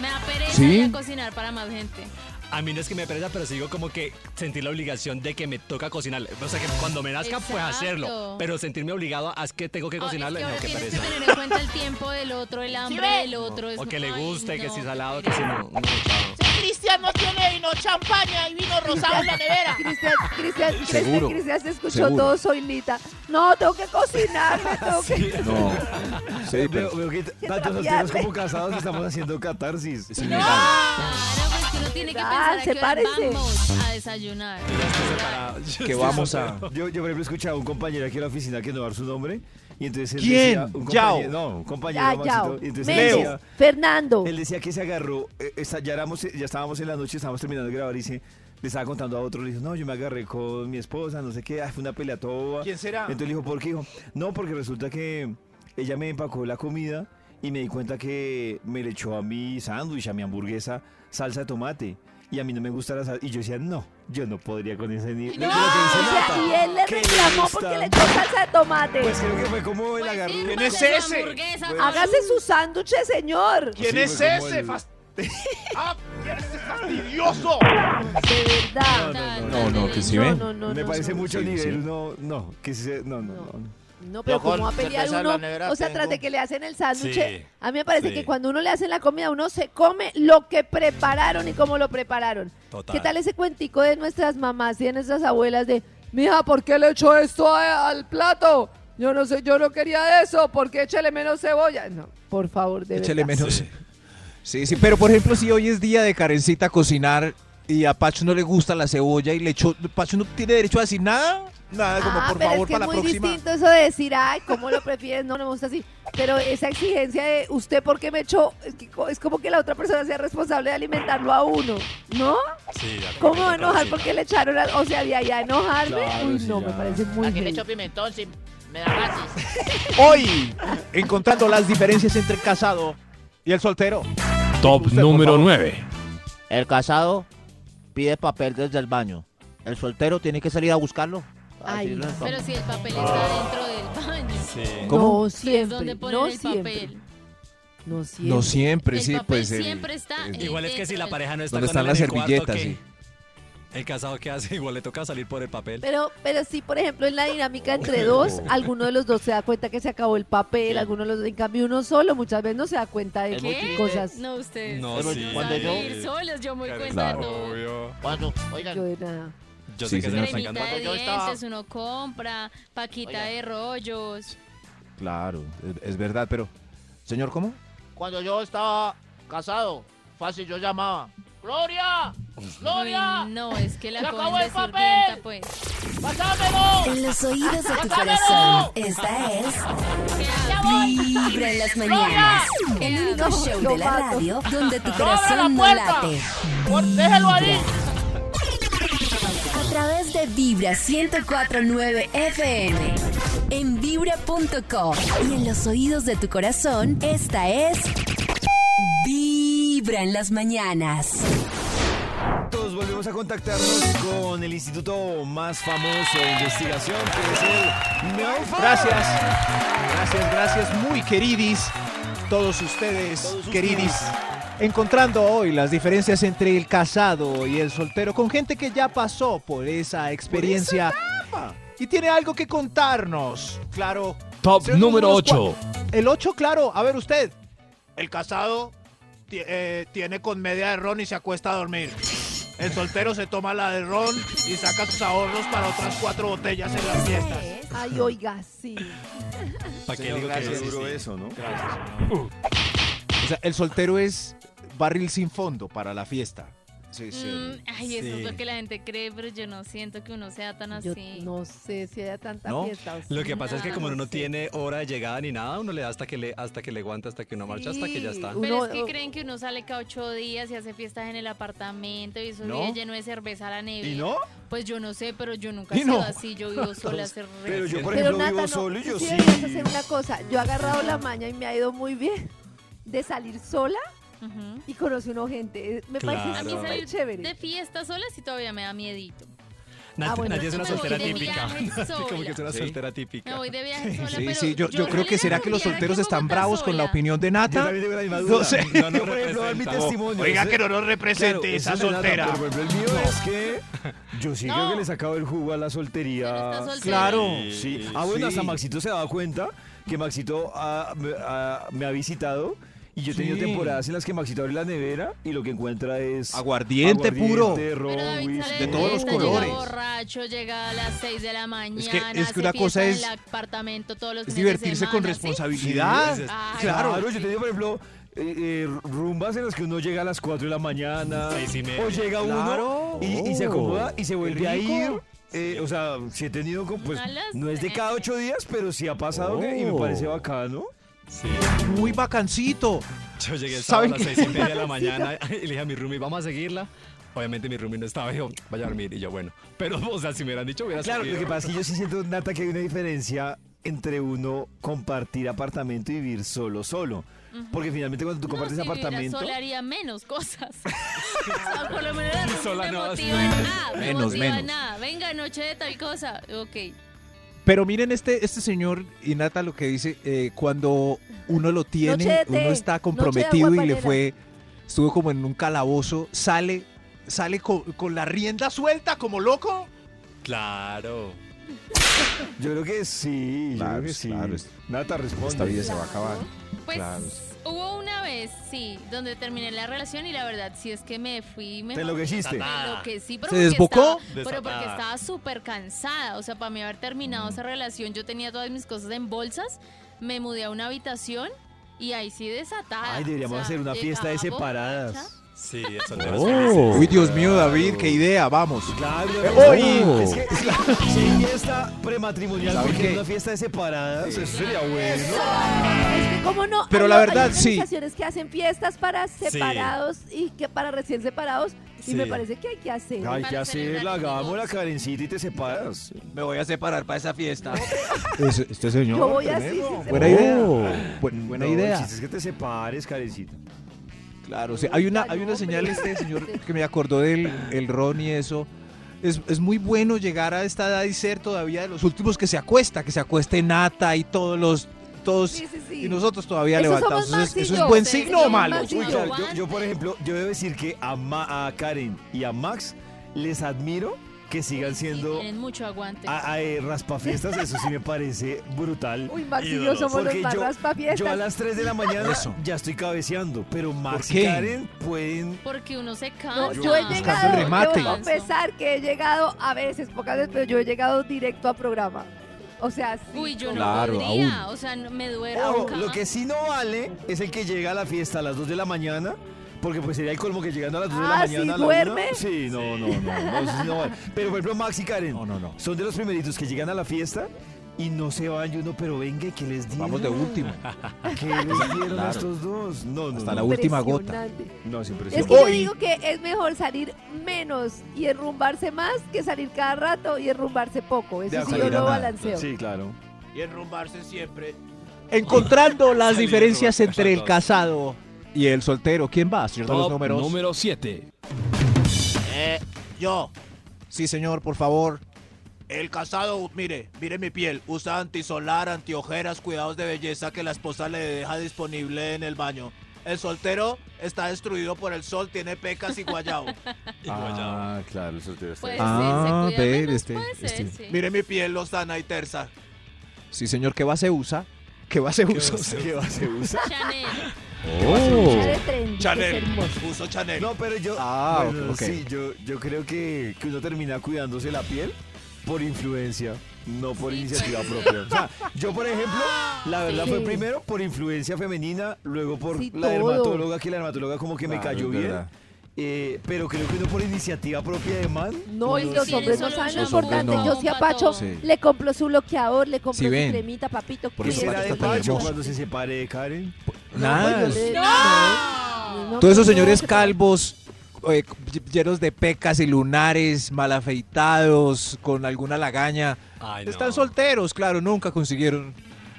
Speaker 3: Me da pereza
Speaker 4: ¿Sí?
Speaker 3: ya cocinar para más gente.
Speaker 4: A mí no es que me pereza, pero sigo como que sentir la obligación de que me toca cocinarle. O sea, que cuando me nazca, pues
Speaker 3: Exacto.
Speaker 4: hacerlo. Pero sentirme obligado a es que tengo que cocinarle,
Speaker 3: Ahora
Speaker 4: no, qué
Speaker 3: tienes
Speaker 4: pereza.
Speaker 3: que tener en cuenta el tiempo del otro, el hambre
Speaker 12: ve?
Speaker 3: del otro. es-
Speaker 4: O que le
Speaker 3: ay,
Speaker 4: guste, que
Speaker 3: no.
Speaker 4: si salado, que si no. no, chao.
Speaker 12: Cristian no tiene vino champaña y vino rosado en
Speaker 1: [LAUGHS]
Speaker 12: la nevera.
Speaker 5: Cristian, Cristian, Cristian,
Speaker 6: Seguro.
Speaker 5: Cristian se escuchó
Speaker 6: Seguro.
Speaker 5: todo solita. No, tengo
Speaker 2: [LAUGHS]
Speaker 5: que cocinarme, tengo que
Speaker 6: No. Sí, pero...
Speaker 2: Veo, veo que tanto
Speaker 5: trapearle.
Speaker 2: solteros como casados estamos haciendo catarsis.
Speaker 3: Claro, pues que uno tiene que
Speaker 5: ¿Verdad?
Speaker 3: pensar a qué hora
Speaker 5: Sepárese.
Speaker 3: vamos a desayunar.
Speaker 6: Que vamos a-
Speaker 2: Yo, yo, por ejemplo, escuchaba a un compañero aquí en la oficina que no dar su nombre. Y entonces él
Speaker 9: ¿Quién?
Speaker 2: decía, un
Speaker 9: Yao.
Speaker 2: compañero, no, un compañero
Speaker 5: Ya,
Speaker 2: Maxito,
Speaker 5: ya.
Speaker 2: y entonces él
Speaker 5: Méndez,
Speaker 2: decía-
Speaker 5: Ah, Fernando.
Speaker 2: Él decía que se agarró, eh, está- ya, éramos- ya estábamos en la noche, estábamos terminando de grabar y se, le estaba contando a otro, le dijo, no, yo me agarré con mi esposa, no sé qué, ah, fue una pelea toda boba".
Speaker 9: ¿Quién será?
Speaker 2: Entonces le dijo, ¿por qué? Dijo, no, porque resulta que ella me empacó la comida y me di cuenta que me le echó a mi sándwich, a mi hamburguesa, salsa de tomate. Y a mí no me gusta la salsa. Y yo decía, no, yo no podría con ese nivel.
Speaker 5: No, o sea, y él le reclamó porque le echó salsa de tomate.
Speaker 2: Pues creo que fue como el
Speaker 3: Pues
Speaker 2: agarró.
Speaker 9: ¿Quién es ese?
Speaker 5: Hágase su sándwich, señor.
Speaker 9: ¿Quién es ese? Fast- [LAUGHS] ¡Ah! ¿Quién es ese fastidioso?
Speaker 5: De verdad.
Speaker 6: No, no, que si ven.
Speaker 5: No, no,
Speaker 2: me
Speaker 5: no,
Speaker 2: parece
Speaker 5: no.
Speaker 2: mucho
Speaker 6: Sí,
Speaker 2: nivel,
Speaker 6: sí.
Speaker 2: no, no, que se- no, no, no.
Speaker 5: No, pero
Speaker 2: Yo con
Speaker 5: como va a pelear
Speaker 2: cerveza en la
Speaker 5: uno,
Speaker 2: nevera
Speaker 5: o sea, tras
Speaker 2: tengo.
Speaker 5: de que le hacen el sándwich,
Speaker 2: Sí,
Speaker 5: a mí me parece
Speaker 2: sí.
Speaker 5: que cuando uno le hacen la comida, uno se come lo que prepararon y cómo lo prepararon.
Speaker 10: Total.
Speaker 5: ¿Qué tal ese cuentico de nuestras mamás y de nuestras abuelas de, mija, ¿por qué le echó esto a- al plato? Yo no sé, yo no quería eso, porque échale menos cebolla. No, por favor, de
Speaker 6: Échale
Speaker 5: verdad.
Speaker 6: menos. Sí. sí, pero por ejemplo, si hoy es día de Karencita cocinar y a Pacho no le gusta la cebolla y le echó. Pacho no tiene derecho a decir nada. Nada, como
Speaker 5: Ah,
Speaker 6: por
Speaker 5: pero
Speaker 6: favor,
Speaker 5: es que
Speaker 6: para
Speaker 5: es
Speaker 6: la
Speaker 5: muy
Speaker 6: próxima.
Speaker 5: distinto eso de decir, ay, ¿cómo lo prefieres? No, no me gusta así. Pero esa exigencia de usted, ¿por qué me echó? Es, que co- es como que la otra persona sea responsable de alimentarlo a uno, ¿no?
Speaker 4: Sí, de acuerdo.
Speaker 5: ¿Cómo va a enojar porque le echaron al- O sea, de allá a enojarme.
Speaker 6: Claro,
Speaker 5: Uy,
Speaker 6: sí,
Speaker 5: no,
Speaker 6: ya.
Speaker 5: me parece muy
Speaker 12: Aquí le
Speaker 5: heavy.
Speaker 12: echo pimentón si me da gases.
Speaker 6: Hoy, encontrando las diferencias entre el casado y el soltero.
Speaker 13: Top
Speaker 6: Usted, por
Speaker 13: número
Speaker 6: favor.
Speaker 13: 9.
Speaker 14: El casado pide papel desde el baño. El soltero tiene que salir a buscarlo.
Speaker 3: Ay,
Speaker 14: Así lo
Speaker 3: pero si el papel
Speaker 14: Ah.
Speaker 3: está dentro del baño.
Speaker 14: Sí.
Speaker 5: No
Speaker 3: Es
Speaker 5: siempre,
Speaker 3: donde ponen
Speaker 5: no
Speaker 3: el
Speaker 5: siempre.
Speaker 3: papel.
Speaker 5: No siempre.
Speaker 6: No siempre,
Speaker 3: El
Speaker 6: sí,
Speaker 3: papel
Speaker 6: pues. el-
Speaker 3: siempre está en-
Speaker 4: Igual es que si la pareja no está
Speaker 6: Donde
Speaker 4: con
Speaker 6: están
Speaker 4: él
Speaker 6: las
Speaker 4: en el cuarto,
Speaker 6: servilletas,
Speaker 4: ¿qué?
Speaker 6: sí.
Speaker 4: El casado que hace, igual le toca salir por el papel.
Speaker 5: Pero, pero sí, por ejemplo, en la dinámica entre dos, alguno de los dos se da cuenta que se acabó el papel, alguno de los dos, en cambio uno solo muchas veces no se da cuenta de
Speaker 14: Es muy
Speaker 5: que
Speaker 14: triste.
Speaker 5: cosas.
Speaker 3: No, ustedes.
Speaker 4: No, Pero sí.
Speaker 3: Cuando
Speaker 4: cuando
Speaker 3: yo...
Speaker 4: yo-
Speaker 3: solos, yo me doy cuenta
Speaker 4: Claro.
Speaker 3: de todo.
Speaker 4: Obvio.
Speaker 14: Cuando, oigan,
Speaker 5: Yo de nada.
Speaker 4: Yo
Speaker 6: Sí,
Speaker 4: sé que se
Speaker 6: señor.
Speaker 4: nos está
Speaker 3: Cremita de
Speaker 4: encantando.
Speaker 3: dientes, uno compra, paquita de rollos.
Speaker 6: Claro, es, es verdad, pero. Señor, ¿cómo?
Speaker 12: Cuando yo estaba casado, fácil yo llamaba. ¡Gloria! ¡Gloria!
Speaker 3: Uy, no, es que
Speaker 12: ¡Se
Speaker 3: la
Speaker 12: acabó
Speaker 3: cogen de
Speaker 12: el papel!
Speaker 3: sirvienta, pues.
Speaker 12: ¡Pasámelo!
Speaker 1: En los oídos de tu
Speaker 12: ¡Pasámelo!
Speaker 1: corazón, esta es
Speaker 12: ¡Ya voy!
Speaker 1: Vibra en las mañanas.
Speaker 12: ¡Gloria!
Speaker 1: El único
Speaker 12: No,
Speaker 1: show
Speaker 12: lo
Speaker 1: de la
Speaker 12: mato.
Speaker 1: radio donde tu
Speaker 12: ¡No abra
Speaker 1: corazón
Speaker 12: la
Speaker 1: no
Speaker 12: puerta!
Speaker 1: late.
Speaker 12: Por- ¡Déjelo ahí!
Speaker 1: A través de Vibra 104.9 FM. En vibra.com. Y en los oídos de tu corazón, esta es Vibra en las mañanas.
Speaker 2: Todos volvemos a contactarnos con el instituto más famoso de investigación, que es el Melford.
Speaker 6: Gracias, gracias, gracias, muy queridis, todos ustedes, queridis. Encontrando hoy las diferencias entre el casado y el soltero con gente que ya pasó por esa experiencia y tiene algo que contarnos, claro.
Speaker 13: Top
Speaker 6: Señor,
Speaker 13: número
Speaker 6: unos
Speaker 13: 8.
Speaker 6: cua- El 8, claro, a ver usted.
Speaker 11: El casado ti- eh, tiene con media de ron y se acuesta a dormir. El soltero se toma la de ron y saca sus ahorros para otras cuatro botellas en las fiestas.
Speaker 5: Ay, oiga, sí.
Speaker 4: ¿Para qué
Speaker 2: Señor,
Speaker 4: digo que
Speaker 2: gracias,
Speaker 4: sí,
Speaker 2: duro
Speaker 4: sí.
Speaker 2: eso, ¿no?
Speaker 6: O sea, el soltero es barril sin fondo para la fiesta. Sí,
Speaker 3: Mm, ay, eso es lo que la gente cree, pero yo no siento que uno sea tan
Speaker 5: Yo
Speaker 3: así.
Speaker 5: no sé si haya tanta
Speaker 4: ¿No?
Speaker 5: fiesta. o
Speaker 4: Lo
Speaker 5: sea.
Speaker 4: que pasa es que
Speaker 5: Ah,
Speaker 4: como uno no tiene hora de llegada ni nada, uno le da hasta que le, hasta que le aguanta, hasta que uno marcha, hasta que ya está.
Speaker 3: Pero es que creen que uno sale cada ocho días y hace fiestas en el apartamento y esos
Speaker 4: ¿No?
Speaker 3: días lleno de cerveza a la nevera.
Speaker 2: ¿Y no?
Speaker 3: Pues yo no sé, pero yo nunca
Speaker 2: ¿Y
Speaker 3: he sido
Speaker 2: no?
Speaker 3: así. Yo
Speaker 6: [LAUGHS]
Speaker 3: vivo sola
Speaker 2: Todos-
Speaker 3: hace re
Speaker 2: pero yo, por
Speaker 3: siempre.
Speaker 2: ejemplo, vivo solo y yo
Speaker 5: sí
Speaker 2: sí.
Speaker 5: deberías hacer una cosa. Yo he agarrado la maña y me ha ido muy bien de salir sola y conoce uno gente. Eh, Me
Speaker 4: Claro.
Speaker 3: A
Speaker 5: parece
Speaker 3: mí
Speaker 5: súper
Speaker 3: salir
Speaker 5: chévere.
Speaker 3: de fiesta sola sí todavía me da miedito.
Speaker 4: Nat-
Speaker 5: Ah, bueno,
Speaker 4: Nadia es
Speaker 5: sí
Speaker 4: una
Speaker 5: me
Speaker 4: soltera
Speaker 3: voy de
Speaker 6: [LAUGHS]
Speaker 4: típica.
Speaker 3: viaje
Speaker 4: Nadia como que es
Speaker 3: sola.
Speaker 4: una soltera típica.
Speaker 3: Me voy de viaje sola,
Speaker 6: Sí,
Speaker 3: pero
Speaker 6: sí, yo, yo creo que será que los solteros están bravos con la opinión de
Speaker 2: Yo
Speaker 6: Nata.
Speaker 2: también tengo la misma duda.
Speaker 6: No sé.
Speaker 2: Yo, por ejemplo, este dar mi
Speaker 6: representa.
Speaker 2: testimonio.
Speaker 11: Oiga,
Speaker 2: Ese-
Speaker 11: que no nos represente esa
Speaker 2: eso es de nada,
Speaker 11: soltera.
Speaker 2: pero, por ejemplo, el mío es que yo sí creo que le sacaba el jugo a la soltería.
Speaker 3: soltera.
Speaker 6: Claro.
Speaker 4: Eh,
Speaker 2: Sí. Ah, bueno,
Speaker 6: Sí.
Speaker 2: hasta Maxito se daba cuenta que Maxito ah, me, ah, me ha visitado. Y yo he tenido
Speaker 6: Sí.
Speaker 2: temporadas en las que Maxito abre la nevera y lo que encuentra es...
Speaker 6: Aguardiente puro.
Speaker 2: ron,
Speaker 3: Pero David
Speaker 2: whisky.
Speaker 3: sale
Speaker 6: de todos los
Speaker 3: fiesta, llega
Speaker 6: colores.
Speaker 3: borracho, llega a las 6 de la mañana.
Speaker 6: que- es
Speaker 3: hace
Speaker 6: que una cosa
Speaker 3: fiesta
Speaker 6: es-
Speaker 3: en el apartamento todos los
Speaker 6: Es
Speaker 3: fines
Speaker 6: divertirse
Speaker 3: de
Speaker 6: con
Speaker 3: semana, ¿sí? Ah,
Speaker 6: responsabilidad.
Speaker 2: Sí, es-
Speaker 3: Ay,
Speaker 2: Claro,
Speaker 6: Claro.
Speaker 2: yo te digo, por ejemplo, eh, eh, rumbas en las que uno llega a las 4 de la mañana.
Speaker 4: Seis y media.
Speaker 2: O llega
Speaker 6: Claro.
Speaker 2: uno y, y se acomoda y se vuelve
Speaker 6: Qué
Speaker 2: a
Speaker 6: rico.
Speaker 2: ir. Eh, o sea, si he tenido, co- pues,
Speaker 3: A las
Speaker 2: no es de cada ocho días, pero sí ha pasado que- y me
Speaker 6: Oh.
Speaker 2: parece bacano.
Speaker 6: Muy bacancito.
Speaker 4: Yo llegué el sábado a
Speaker 6: ¿Saben
Speaker 4: las
Speaker 6: qué?
Speaker 4: seis y media de la mañana [LAUGHS] y le dije a mi roomie, vamos a seguirla. Obviamente mi roomie no estaba, dijo, vaya a dormir. Y yo, bueno. Pero, o sea, si me hubieran dicho, hubiera
Speaker 2: Claro,
Speaker 4: seguido.
Speaker 2: lo que pasa es que yo sí siento, Nata, que hay una diferencia entre uno compartir apartamento y vivir solo, solo. Porque finalmente cuando tú compartes
Speaker 3: no, si viviera
Speaker 2: apartamento...
Speaker 3: sola haría menos
Speaker 2: [LAUGHS]
Speaker 3: cosas. [LAUGHS] o sea, por lo menos la
Speaker 4: Sí,
Speaker 3: roomie
Speaker 4: sola
Speaker 3: me
Speaker 4: no,
Speaker 3: motiva
Speaker 4: sí.
Speaker 3: en nada, me
Speaker 6: Menos,
Speaker 3: motiva en
Speaker 6: menos.
Speaker 3: nada. Venga, noche de tal cosa. Ok.
Speaker 6: Pero miren este, este señor y Nata lo que dice, eh, cuando uno lo tiene,
Speaker 5: Noche de té,
Speaker 6: uno está
Speaker 5: noche de
Speaker 6: comprometido y le
Speaker 5: aguapanela.
Speaker 6: fue, estuvo como en un calabozo, sale, sale con, con la rienda suelta como loco.
Speaker 4: Claro.
Speaker 2: Yo creo que sí, yo
Speaker 6: Claro,
Speaker 2: creo que sí.
Speaker 6: claro.
Speaker 2: Nata, responde.
Speaker 6: Esta vida se va a acabar.
Speaker 3: Pues
Speaker 6: Claro.
Speaker 3: hubo una vez, sí, donde terminé la relación y la verdad, sí es que me fui. Me
Speaker 2: Te enloqueciste.
Speaker 3: Me enloquecí, pero porque
Speaker 6: ¿Se desbocó?
Speaker 3: estaba- pero porque
Speaker 4: Desatada.
Speaker 3: estaba súper cansada. O sea, para mí haber terminado esa relación, yo tenía todas mis cosas en bolsas, me mudé a una habitación y ahí sí desatada.
Speaker 2: Ay, deberíamos
Speaker 3: Ah, O sea,
Speaker 2: hacer una fiesta de
Speaker 3: llegaba borracha.
Speaker 2: separadas.
Speaker 4: Sí, eso no era fácil.
Speaker 6: Uy, Dios mío, David, qué idea, vamos.
Speaker 2: Claro,
Speaker 6: Eh, hoy.
Speaker 2: es que
Speaker 6: [LAUGHS]
Speaker 2: es la- si hay fiesta prematrimonial
Speaker 6: ¿Saben
Speaker 2: porque
Speaker 6: qué?
Speaker 2: es una fiesta de separadas, eso sería bueno.
Speaker 5: Es que como no.
Speaker 6: Pero
Speaker 5: hay-
Speaker 6: la verdad,
Speaker 5: hay
Speaker 6: sí.
Speaker 5: organizaciones que hacen fiestas para separados y que para recién separados
Speaker 4: Sí.
Speaker 5: y me parece que hay que hacer.
Speaker 2: Hay
Speaker 3: Para
Speaker 2: que hacerla,
Speaker 3: celebrar los
Speaker 2: hagamos la
Speaker 3: dos.
Speaker 2: carencita y te separas.
Speaker 6: Me voy a separar para esa
Speaker 2: [LAUGHS]
Speaker 6: fiesta. este señor. Oh.
Speaker 5: Yo voy así. sí, se
Speaker 6: Buena
Speaker 5: puede.
Speaker 6: idea. Bu-
Speaker 2: No,
Speaker 6: buena
Speaker 2: El
Speaker 6: idea.
Speaker 2: chiste es que te separes, carencita.
Speaker 6: Claro, o sea, hay una, hay una señal este señor que me acordó del el ron y eso. Es, es muy bueno llegar a esta edad y ser todavía de los últimos que se acuesta, que se acueste Nata y todos los todos
Speaker 5: Sí, sí, sí.
Speaker 6: y nosotros todavía
Speaker 5: Eso
Speaker 6: levantados.
Speaker 5: somos
Speaker 6: Eso es, eso es
Speaker 5: Max y
Speaker 6: buen
Speaker 5: yo.
Speaker 6: signo o
Speaker 5: Somos
Speaker 6: malo.
Speaker 5: Max y
Speaker 2: Uy,
Speaker 3: Sí,
Speaker 2: claro, yo,
Speaker 3: aguante.
Speaker 2: yo, por ejemplo, yo debo decir que a, Ma- a Karen y a Max les admiro que sigan siendo
Speaker 3: Tienen mucho aguante.
Speaker 2: a, a, eh, raspafiestas, eso sí me parece brutal.
Speaker 5: Uy, Max y yo
Speaker 4: Ídolos.
Speaker 5: somos los
Speaker 2: Porque
Speaker 5: más
Speaker 2: yo-
Speaker 5: raspafiestas.
Speaker 2: Yo a las 3 de la mañana
Speaker 6: Eso.
Speaker 2: ya estoy cabeceando, pero Max
Speaker 6: qué?
Speaker 2: y Karen pueden
Speaker 3: porque uno se
Speaker 5: No,
Speaker 3: cansa.
Speaker 5: yo he
Speaker 6: Buscando
Speaker 5: llegado,
Speaker 6: el remate.
Speaker 5: debo confesar que he llegado a veces, pocas veces, pero yo he llegado directo a programa. O sea, sí,
Speaker 3: Uy, yo no
Speaker 6: Claro,
Speaker 3: podría.
Speaker 6: aún.
Speaker 3: O sea, no- me duele.
Speaker 2: Ojo,
Speaker 3: acá.
Speaker 2: lo que sí no vale es el que llega a la fiesta a las 2 de la mañana. Porque pues sería el colmo que llegando a las 2 de la
Speaker 5: Ah, ¿sí
Speaker 2: mañana a la
Speaker 5: duerme?
Speaker 2: una- Sí, no, no, no, no, eso sí no
Speaker 5: [LAUGHS]
Speaker 2: vale. Pero por ejemplo, Max y Karen
Speaker 6: No, no, no.
Speaker 2: son de los primeritos que llegan a la fiesta y no se van y uno, pero venga, que les dieron?
Speaker 6: Vamos de último,
Speaker 2: ¿Qué les dieron
Speaker 6: Claro.
Speaker 2: a estos dos? No, no,
Speaker 6: hasta
Speaker 2: no.
Speaker 6: la última gota.
Speaker 5: impresionante.
Speaker 2: No, es
Speaker 5: Es
Speaker 2: impresionante.
Speaker 5: que yo
Speaker 6: Hoy-
Speaker 5: digo que es mejor salir menos y enrumbarse más que salir cada rato y enrumbarse poco.
Speaker 2: De
Speaker 5: Eso sí
Speaker 2: acuerdo.
Speaker 5: yo lo
Speaker 6: Nada.
Speaker 5: balanceo.
Speaker 2: Sí, claro.
Speaker 11: Y enrumbarse siempre.
Speaker 6: Encontrando las
Speaker 4: Salir,
Speaker 6: diferencias
Speaker 4: Roberto,
Speaker 6: entre el
Speaker 4: saludos.
Speaker 6: casado y el soltero. ¿Quién va? Señor de los números.
Speaker 4: número 7.
Speaker 11: Eh, yo,
Speaker 6: Sí, señor, por favor.
Speaker 11: el casado, mire, mire mi piel. Usa antisolar, antiojeras, cuidados de belleza que la esposa le deja disponible en el baño. El soltero está destruido por el sol, tiene pecas y
Speaker 2: [LAUGHS]
Speaker 11: guayabo.
Speaker 2: Ah, claro, el soltero está
Speaker 3: Puede
Speaker 2: bien.
Speaker 6: Ah,
Speaker 3: ser, se cuida
Speaker 6: ver,
Speaker 3: menos,
Speaker 6: este-
Speaker 3: puede ser,
Speaker 6: este.
Speaker 3: sí.
Speaker 11: Mire mi piel lozana y tersa.
Speaker 6: Sí, señor, ¿qué va se usa? ¿Qué Oh. va se usa?
Speaker 2: ¿Qué va se
Speaker 6: [LAUGHS]
Speaker 2: usa?
Speaker 3: Chanel.
Speaker 5: Escuchar el trendy, que es
Speaker 11: Chanel.
Speaker 5: hermoso.
Speaker 11: Uso Chanel.
Speaker 2: No, pero yo.
Speaker 6: Ah,
Speaker 2: bueno,
Speaker 6: ok.
Speaker 2: Sí, yo, yo creo que, que uno termina cuidándose la piel por influencia, no por
Speaker 3: Sí,
Speaker 2: iniciativa
Speaker 3: pues, sí.
Speaker 2: propia. O sea, yo, por ejemplo, la verdad
Speaker 5: Sí.
Speaker 2: fue primero por influencia femenina, luego por
Speaker 5: Sí,
Speaker 2: la
Speaker 5: todo.
Speaker 2: dermatóloga, que la dermatóloga como que me
Speaker 6: Claro,
Speaker 2: cayó
Speaker 6: Ah, es
Speaker 2: bien.
Speaker 6: verdad.
Speaker 2: eh, pero creo que no por iniciativa propia de man.
Speaker 5: No, y los hombres no saben lo importante. Yo sí a Pacho
Speaker 2: Sí.
Speaker 5: le compro su bloqueadoc, le compro
Speaker 2: Sí,
Speaker 5: su
Speaker 2: ven.
Speaker 5: cremita, papito.
Speaker 2: ¿Qué
Speaker 5: cuídese.
Speaker 2: será de Pacho cuando se separe de Karen?
Speaker 6: Nada.
Speaker 2: pues,
Speaker 5: yo le- no,
Speaker 6: Todos esos
Speaker 5: no,
Speaker 6: señores
Speaker 5: que-
Speaker 6: calvos, eh, llenos de pecas y lunares, mal afeitados, con alguna lagaña.
Speaker 4: Ay,
Speaker 6: Están solteros, claro, nunca consiguieron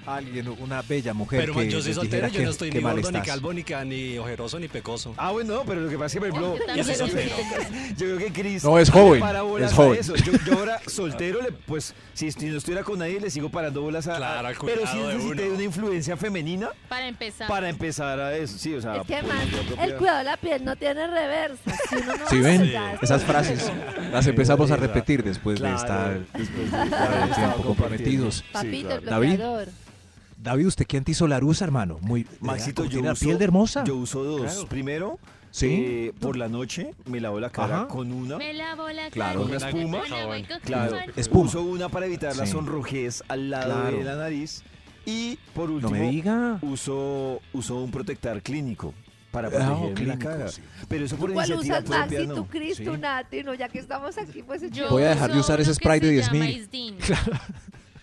Speaker 6: a alguien, una bella mujer.
Speaker 4: Pero man,
Speaker 6: que
Speaker 4: yo soy
Speaker 6: les dijera
Speaker 4: soltero, yo
Speaker 6: qué-
Speaker 4: no estoy
Speaker 6: qué
Speaker 4: ni
Speaker 6: mal
Speaker 4: gordo, ni
Speaker 6: estás.
Speaker 4: calvo, ni, ca- ni ojeroso, ni pecoso.
Speaker 2: Ah, bueno, pero lo que pasa es que, por ejemplo,
Speaker 4: Yo soy soltero.
Speaker 2: [LAUGHS] yo creo que Chris
Speaker 6: No, es
Speaker 2: le
Speaker 6: joven,
Speaker 2: para bolas
Speaker 6: es
Speaker 2: a
Speaker 6: joven.
Speaker 2: eso. Yo, yo ahora soltero, le- pues si, si no estuviera con nadie, le sigo parando bolas a. Claro,
Speaker 4: al
Speaker 2: pero sí
Speaker 4: cuidado de
Speaker 2: necesité una influencia femenina
Speaker 3: Para empezar.
Speaker 2: para empezar a eso. Sí, o sea.
Speaker 5: Es que
Speaker 2: por
Speaker 5: además,
Speaker 2: mi propia-
Speaker 5: el cuidado de la piel no tiene reversa. Si uno no
Speaker 6: Si ven,
Speaker 5: ya está
Speaker 6: esas
Speaker 5: bien.
Speaker 6: frases las empezamos a repetir después
Speaker 2: Claro,
Speaker 6: de estar
Speaker 2: después de
Speaker 6: el
Speaker 2: estar
Speaker 6: tiempo
Speaker 2: compartiendo.
Speaker 6: comprometidos.
Speaker 5: Papito, el
Speaker 6: David,
Speaker 5: bloqueador.
Speaker 6: David, ¿usted qué antisolar usa, hermano? Muy,
Speaker 2: Maxito,
Speaker 6: como
Speaker 2: yo
Speaker 6: tiene la
Speaker 2: uso-
Speaker 6: piel de hermosa.
Speaker 2: Yo uso dos.
Speaker 6: Claro.
Speaker 2: Primero,
Speaker 6: Sí.
Speaker 2: eh, por la noche me lavo la cara
Speaker 6: Ajá.
Speaker 2: con una.
Speaker 3: Me lavo la
Speaker 2: Claro,
Speaker 3: cara,
Speaker 2: una
Speaker 3: me
Speaker 2: espuma.
Speaker 3: lavo la boca con
Speaker 2: Claro,
Speaker 3: jabón.
Speaker 6: Espuma.
Speaker 2: Uso una para evitar la
Speaker 6: Sí.
Speaker 2: sonrojez al lado
Speaker 6: Claro.
Speaker 2: de la nariz. Y por último,
Speaker 6: me diga.
Speaker 2: Uso, uso un protector clínico para
Speaker 6: Ah,
Speaker 2: protegerme la
Speaker 6: clínico,
Speaker 2: cara.
Speaker 6: sí.
Speaker 2: Pero eso por
Speaker 5: ¿Cuál
Speaker 2: iniciativa
Speaker 5: usas,
Speaker 2: propia
Speaker 5: Maxi,
Speaker 2: no.
Speaker 5: tu Cris, tu
Speaker 2: Sí.
Speaker 5: Nati? No, ya que estamos aquí, pues es
Speaker 3: Yo
Speaker 6: Voy a dejar de
Speaker 3: uso
Speaker 6: usar ese
Speaker 3: uno que
Speaker 6: spray de
Speaker 3: se
Speaker 6: 10.000.
Speaker 3: llama
Speaker 6: [LAUGHS]
Speaker 3: Isdin.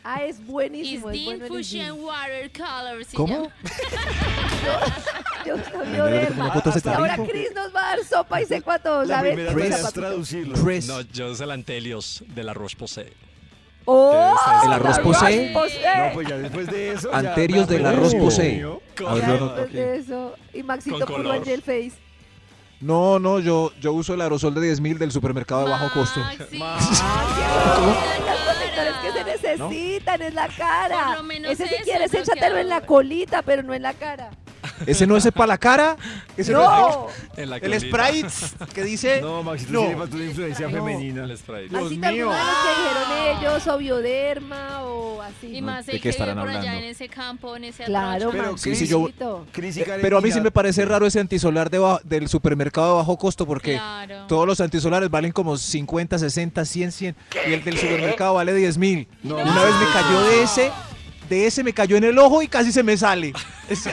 Speaker 5: Ah, es buenísimo. es
Speaker 3: Isdin
Speaker 5: bueno el
Speaker 3: Fusion Watercolor. se
Speaker 6: ¿Cómo?
Speaker 3: llama.
Speaker 5: Yo soy
Speaker 6: Yo le tomé
Speaker 5: Oderma.
Speaker 6: fotos a ese
Speaker 5: Y ahora
Speaker 6: trabajo.
Speaker 5: Cris nos va a dar sopa y seco a todos.
Speaker 2: La
Speaker 5: a ver,
Speaker 2: primera
Speaker 5: ¿qué
Speaker 2: tarea
Speaker 5: pasa,
Speaker 2: es
Speaker 5: papito?
Speaker 2: traducirlo.
Speaker 6: Chris.
Speaker 4: No, yo soy el Antelios de la Roche Posay.
Speaker 5: ¡Oh!
Speaker 6: El arroz
Speaker 5: la
Speaker 6: posee.
Speaker 5: arroz posee.
Speaker 2: No, pues ya después de eso. ya
Speaker 6: Anterios
Speaker 2: me
Speaker 6: del arroz
Speaker 2: aprendí.
Speaker 6: posee. A ver,
Speaker 5: Ya
Speaker 6: yo anoto
Speaker 5: después
Speaker 6: aquí.
Speaker 5: de eso. Y Maxito
Speaker 4: Con
Speaker 5: puro
Speaker 4: color.
Speaker 5: en el face.
Speaker 6: No, no, yo, yo uso el aerosol de 10.000 del supermercado de bajo
Speaker 5: [LAUGHS]
Speaker 6: costo.
Speaker 3: Maxi,
Speaker 5: Los protectores que se necesitan es la
Speaker 3: Por
Speaker 5: cara.
Speaker 3: lo menos
Speaker 5: Ese si
Speaker 3: eso,
Speaker 5: quieres
Speaker 3: bloqueador.
Speaker 5: échatelo en la colita, pero no en la cara.
Speaker 6: ¿Ese no es el para la cara? ¿Ese
Speaker 5: ¡No!
Speaker 4: En la
Speaker 11: El Sprite que dice.
Speaker 2: No, Maxito,
Speaker 11: No.
Speaker 2: tiene para tu influencia
Speaker 5: No.
Speaker 2: femenina.
Speaker 4: El Sprite.
Speaker 5: Así tan
Speaker 11: mío.
Speaker 5: humanos que dijeron ellos, o bioderma, o así.
Speaker 3: Y más
Speaker 6: ¿de
Speaker 3: el
Speaker 6: qué
Speaker 3: que vive por
Speaker 6: estarán
Speaker 3: allá
Speaker 6: hablando?
Speaker 3: en ese campo, en ese
Speaker 5: Claro,
Speaker 3: atrocho.
Speaker 2: Pero
Speaker 6: Sí,
Speaker 2: Cris,
Speaker 6: sí, yo-
Speaker 5: Maxito.
Speaker 2: Cris y
Speaker 6: Eh,
Speaker 2: Karen
Speaker 6: Pero a mí sí
Speaker 2: mira,
Speaker 6: me parece raro ese antisolar de ba- del supermercado de bajo costo porque
Speaker 3: Claro.
Speaker 6: todos los antisolares valen como 50, 60, 100, 100 y el del supermercado vale 10 mil.
Speaker 2: No.
Speaker 6: Una vez me cayó de ese, de ese me cayó en el ojo y casi se me [LAUGHS] sale. Ese-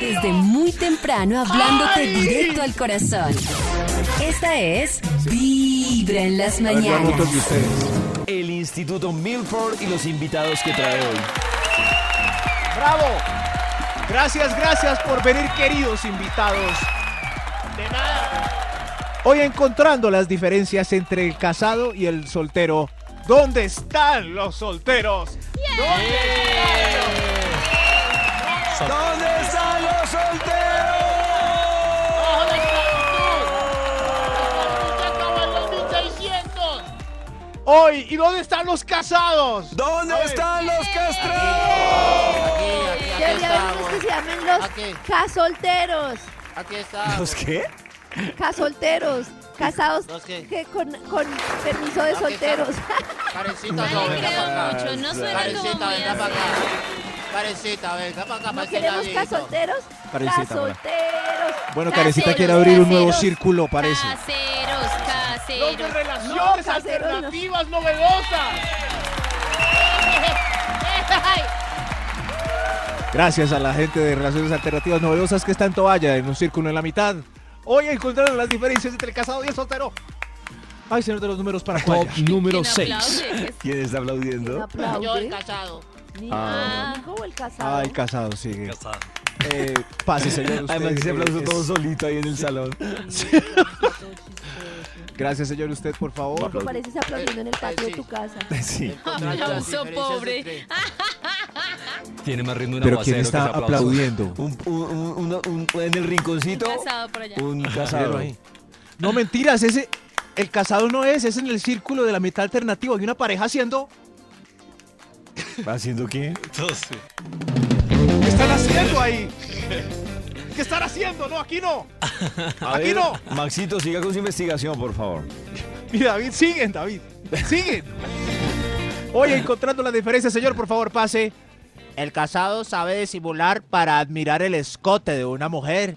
Speaker 1: Desde muy temprano hablándote directo al corazón. Esta es Vibra en las
Speaker 6: A ver, yo
Speaker 1: mañanas.
Speaker 6: anoto el de ustedes.
Speaker 2: El Instituto Milford y los invitados que trae hoy.
Speaker 11: ¡Bravo! Gracias, gracias por venir, queridos invitados. De nada.
Speaker 6: Hoy encontrando las diferencias entre el casado y el soltero.
Speaker 11: ¿Dónde están los solteros?
Speaker 2: ¿Dónde están los solteros?
Speaker 12: ¡Bajo la esclavitud! ¡La esclavitud acabó en los 1600!
Speaker 11: Hoy, ¿y dónde están los casados?
Speaker 2: ¿Dónde están los castrados?
Speaker 12: Aquí, aquí, aquí
Speaker 5: Debería haber unos
Speaker 12: estamos.
Speaker 5: que se llamen los
Speaker 12: Aquí.
Speaker 5: casolteros.
Speaker 12: Aquí estamos.
Speaker 2: ¿Los qué?
Speaker 5: Casolteros. Casados
Speaker 12: ¿Los qué?
Speaker 5: que con, con permiso de
Speaker 12: Aquí
Speaker 5: solteros.
Speaker 12: Ah,
Speaker 5: [LAUGHS]
Speaker 3: No
Speaker 12: Karencita, no,
Speaker 3: le
Speaker 12: venga para acá.
Speaker 3: creo mucho, no suena como
Speaker 12: Karencita,
Speaker 3: muy
Speaker 12: venga para acá. Karencita, venga para acá,
Speaker 5: ¿No
Speaker 12: para
Speaker 5: queremos ¿eh?
Speaker 12: ese ladito.
Speaker 5: casolteros?
Speaker 6: Karencita, hola.
Speaker 5: Casolteros.
Speaker 6: Bueno,
Speaker 3: Caseros,
Speaker 6: Karencita quiere abrir un nuevo
Speaker 3: caseros.
Speaker 6: círculo, parece.
Speaker 3: Caseros,
Speaker 11: Los de
Speaker 3: caseros.
Speaker 11: relaciones
Speaker 5: No, caseros,
Speaker 11: alternativas novedosas.
Speaker 3: [LAUGHS]
Speaker 12: ¡Ay!
Speaker 6: Gracias a la gente de Relaciones Alternativas Novedosas que está en toalla, en un círculo en la mitad. Hoy encontraron las diferencias entre el casado y el soltero. Ay, señor de los números para
Speaker 4: Top
Speaker 6: Juan.
Speaker 4: número
Speaker 3: ¿Quién
Speaker 4: 6.
Speaker 3: aplaude?
Speaker 2: ¿Quién está
Speaker 5: Un
Speaker 2: aplaudiendo?
Speaker 5: aplauso.
Speaker 12: Yo el casado.
Speaker 5: Ni
Speaker 3: Ah.
Speaker 5: amigo o el casado.
Speaker 6: Ah, el casado, sigue. Eh, pase, señor. usted,
Speaker 2: Además, ese
Speaker 6: eh,
Speaker 2: aplauso
Speaker 6: es-
Speaker 2: todo solito ahí en el salón. [LAUGHS]
Speaker 6: Gracias, señor, usted, por favor.
Speaker 5: Tú pareces aplaudiendo en el patio de tu casa.
Speaker 2: Sí.
Speaker 3: Aplauso
Speaker 12: [LAUGHS]
Speaker 3: pobre.
Speaker 4: Tiene más ritmo una
Speaker 6: Pero ¿quién está aplaudiendo?
Speaker 2: Un, un- un- un- un- en el rinconcito,
Speaker 3: Casado por allá.
Speaker 2: un casado.
Speaker 6: ahí. No, mentiras, ese... El casado no es, es en el círculo de la mitad alternativa. Hay una pareja haciendo...
Speaker 2: ¿Haciendo qué?
Speaker 11: ¿Qué están haciendo ahí? ¿Qué están haciendo? No, aquí no.
Speaker 2: A
Speaker 11: Aquí no.
Speaker 2: Maxito, siga con su investigación, por favor.
Speaker 6: Y David, siguen, David. Siguen. Hoy encontrando las diferencias, señor, por favor, pase.
Speaker 14: El casado sabe disimular para admirar el escote de una mujer.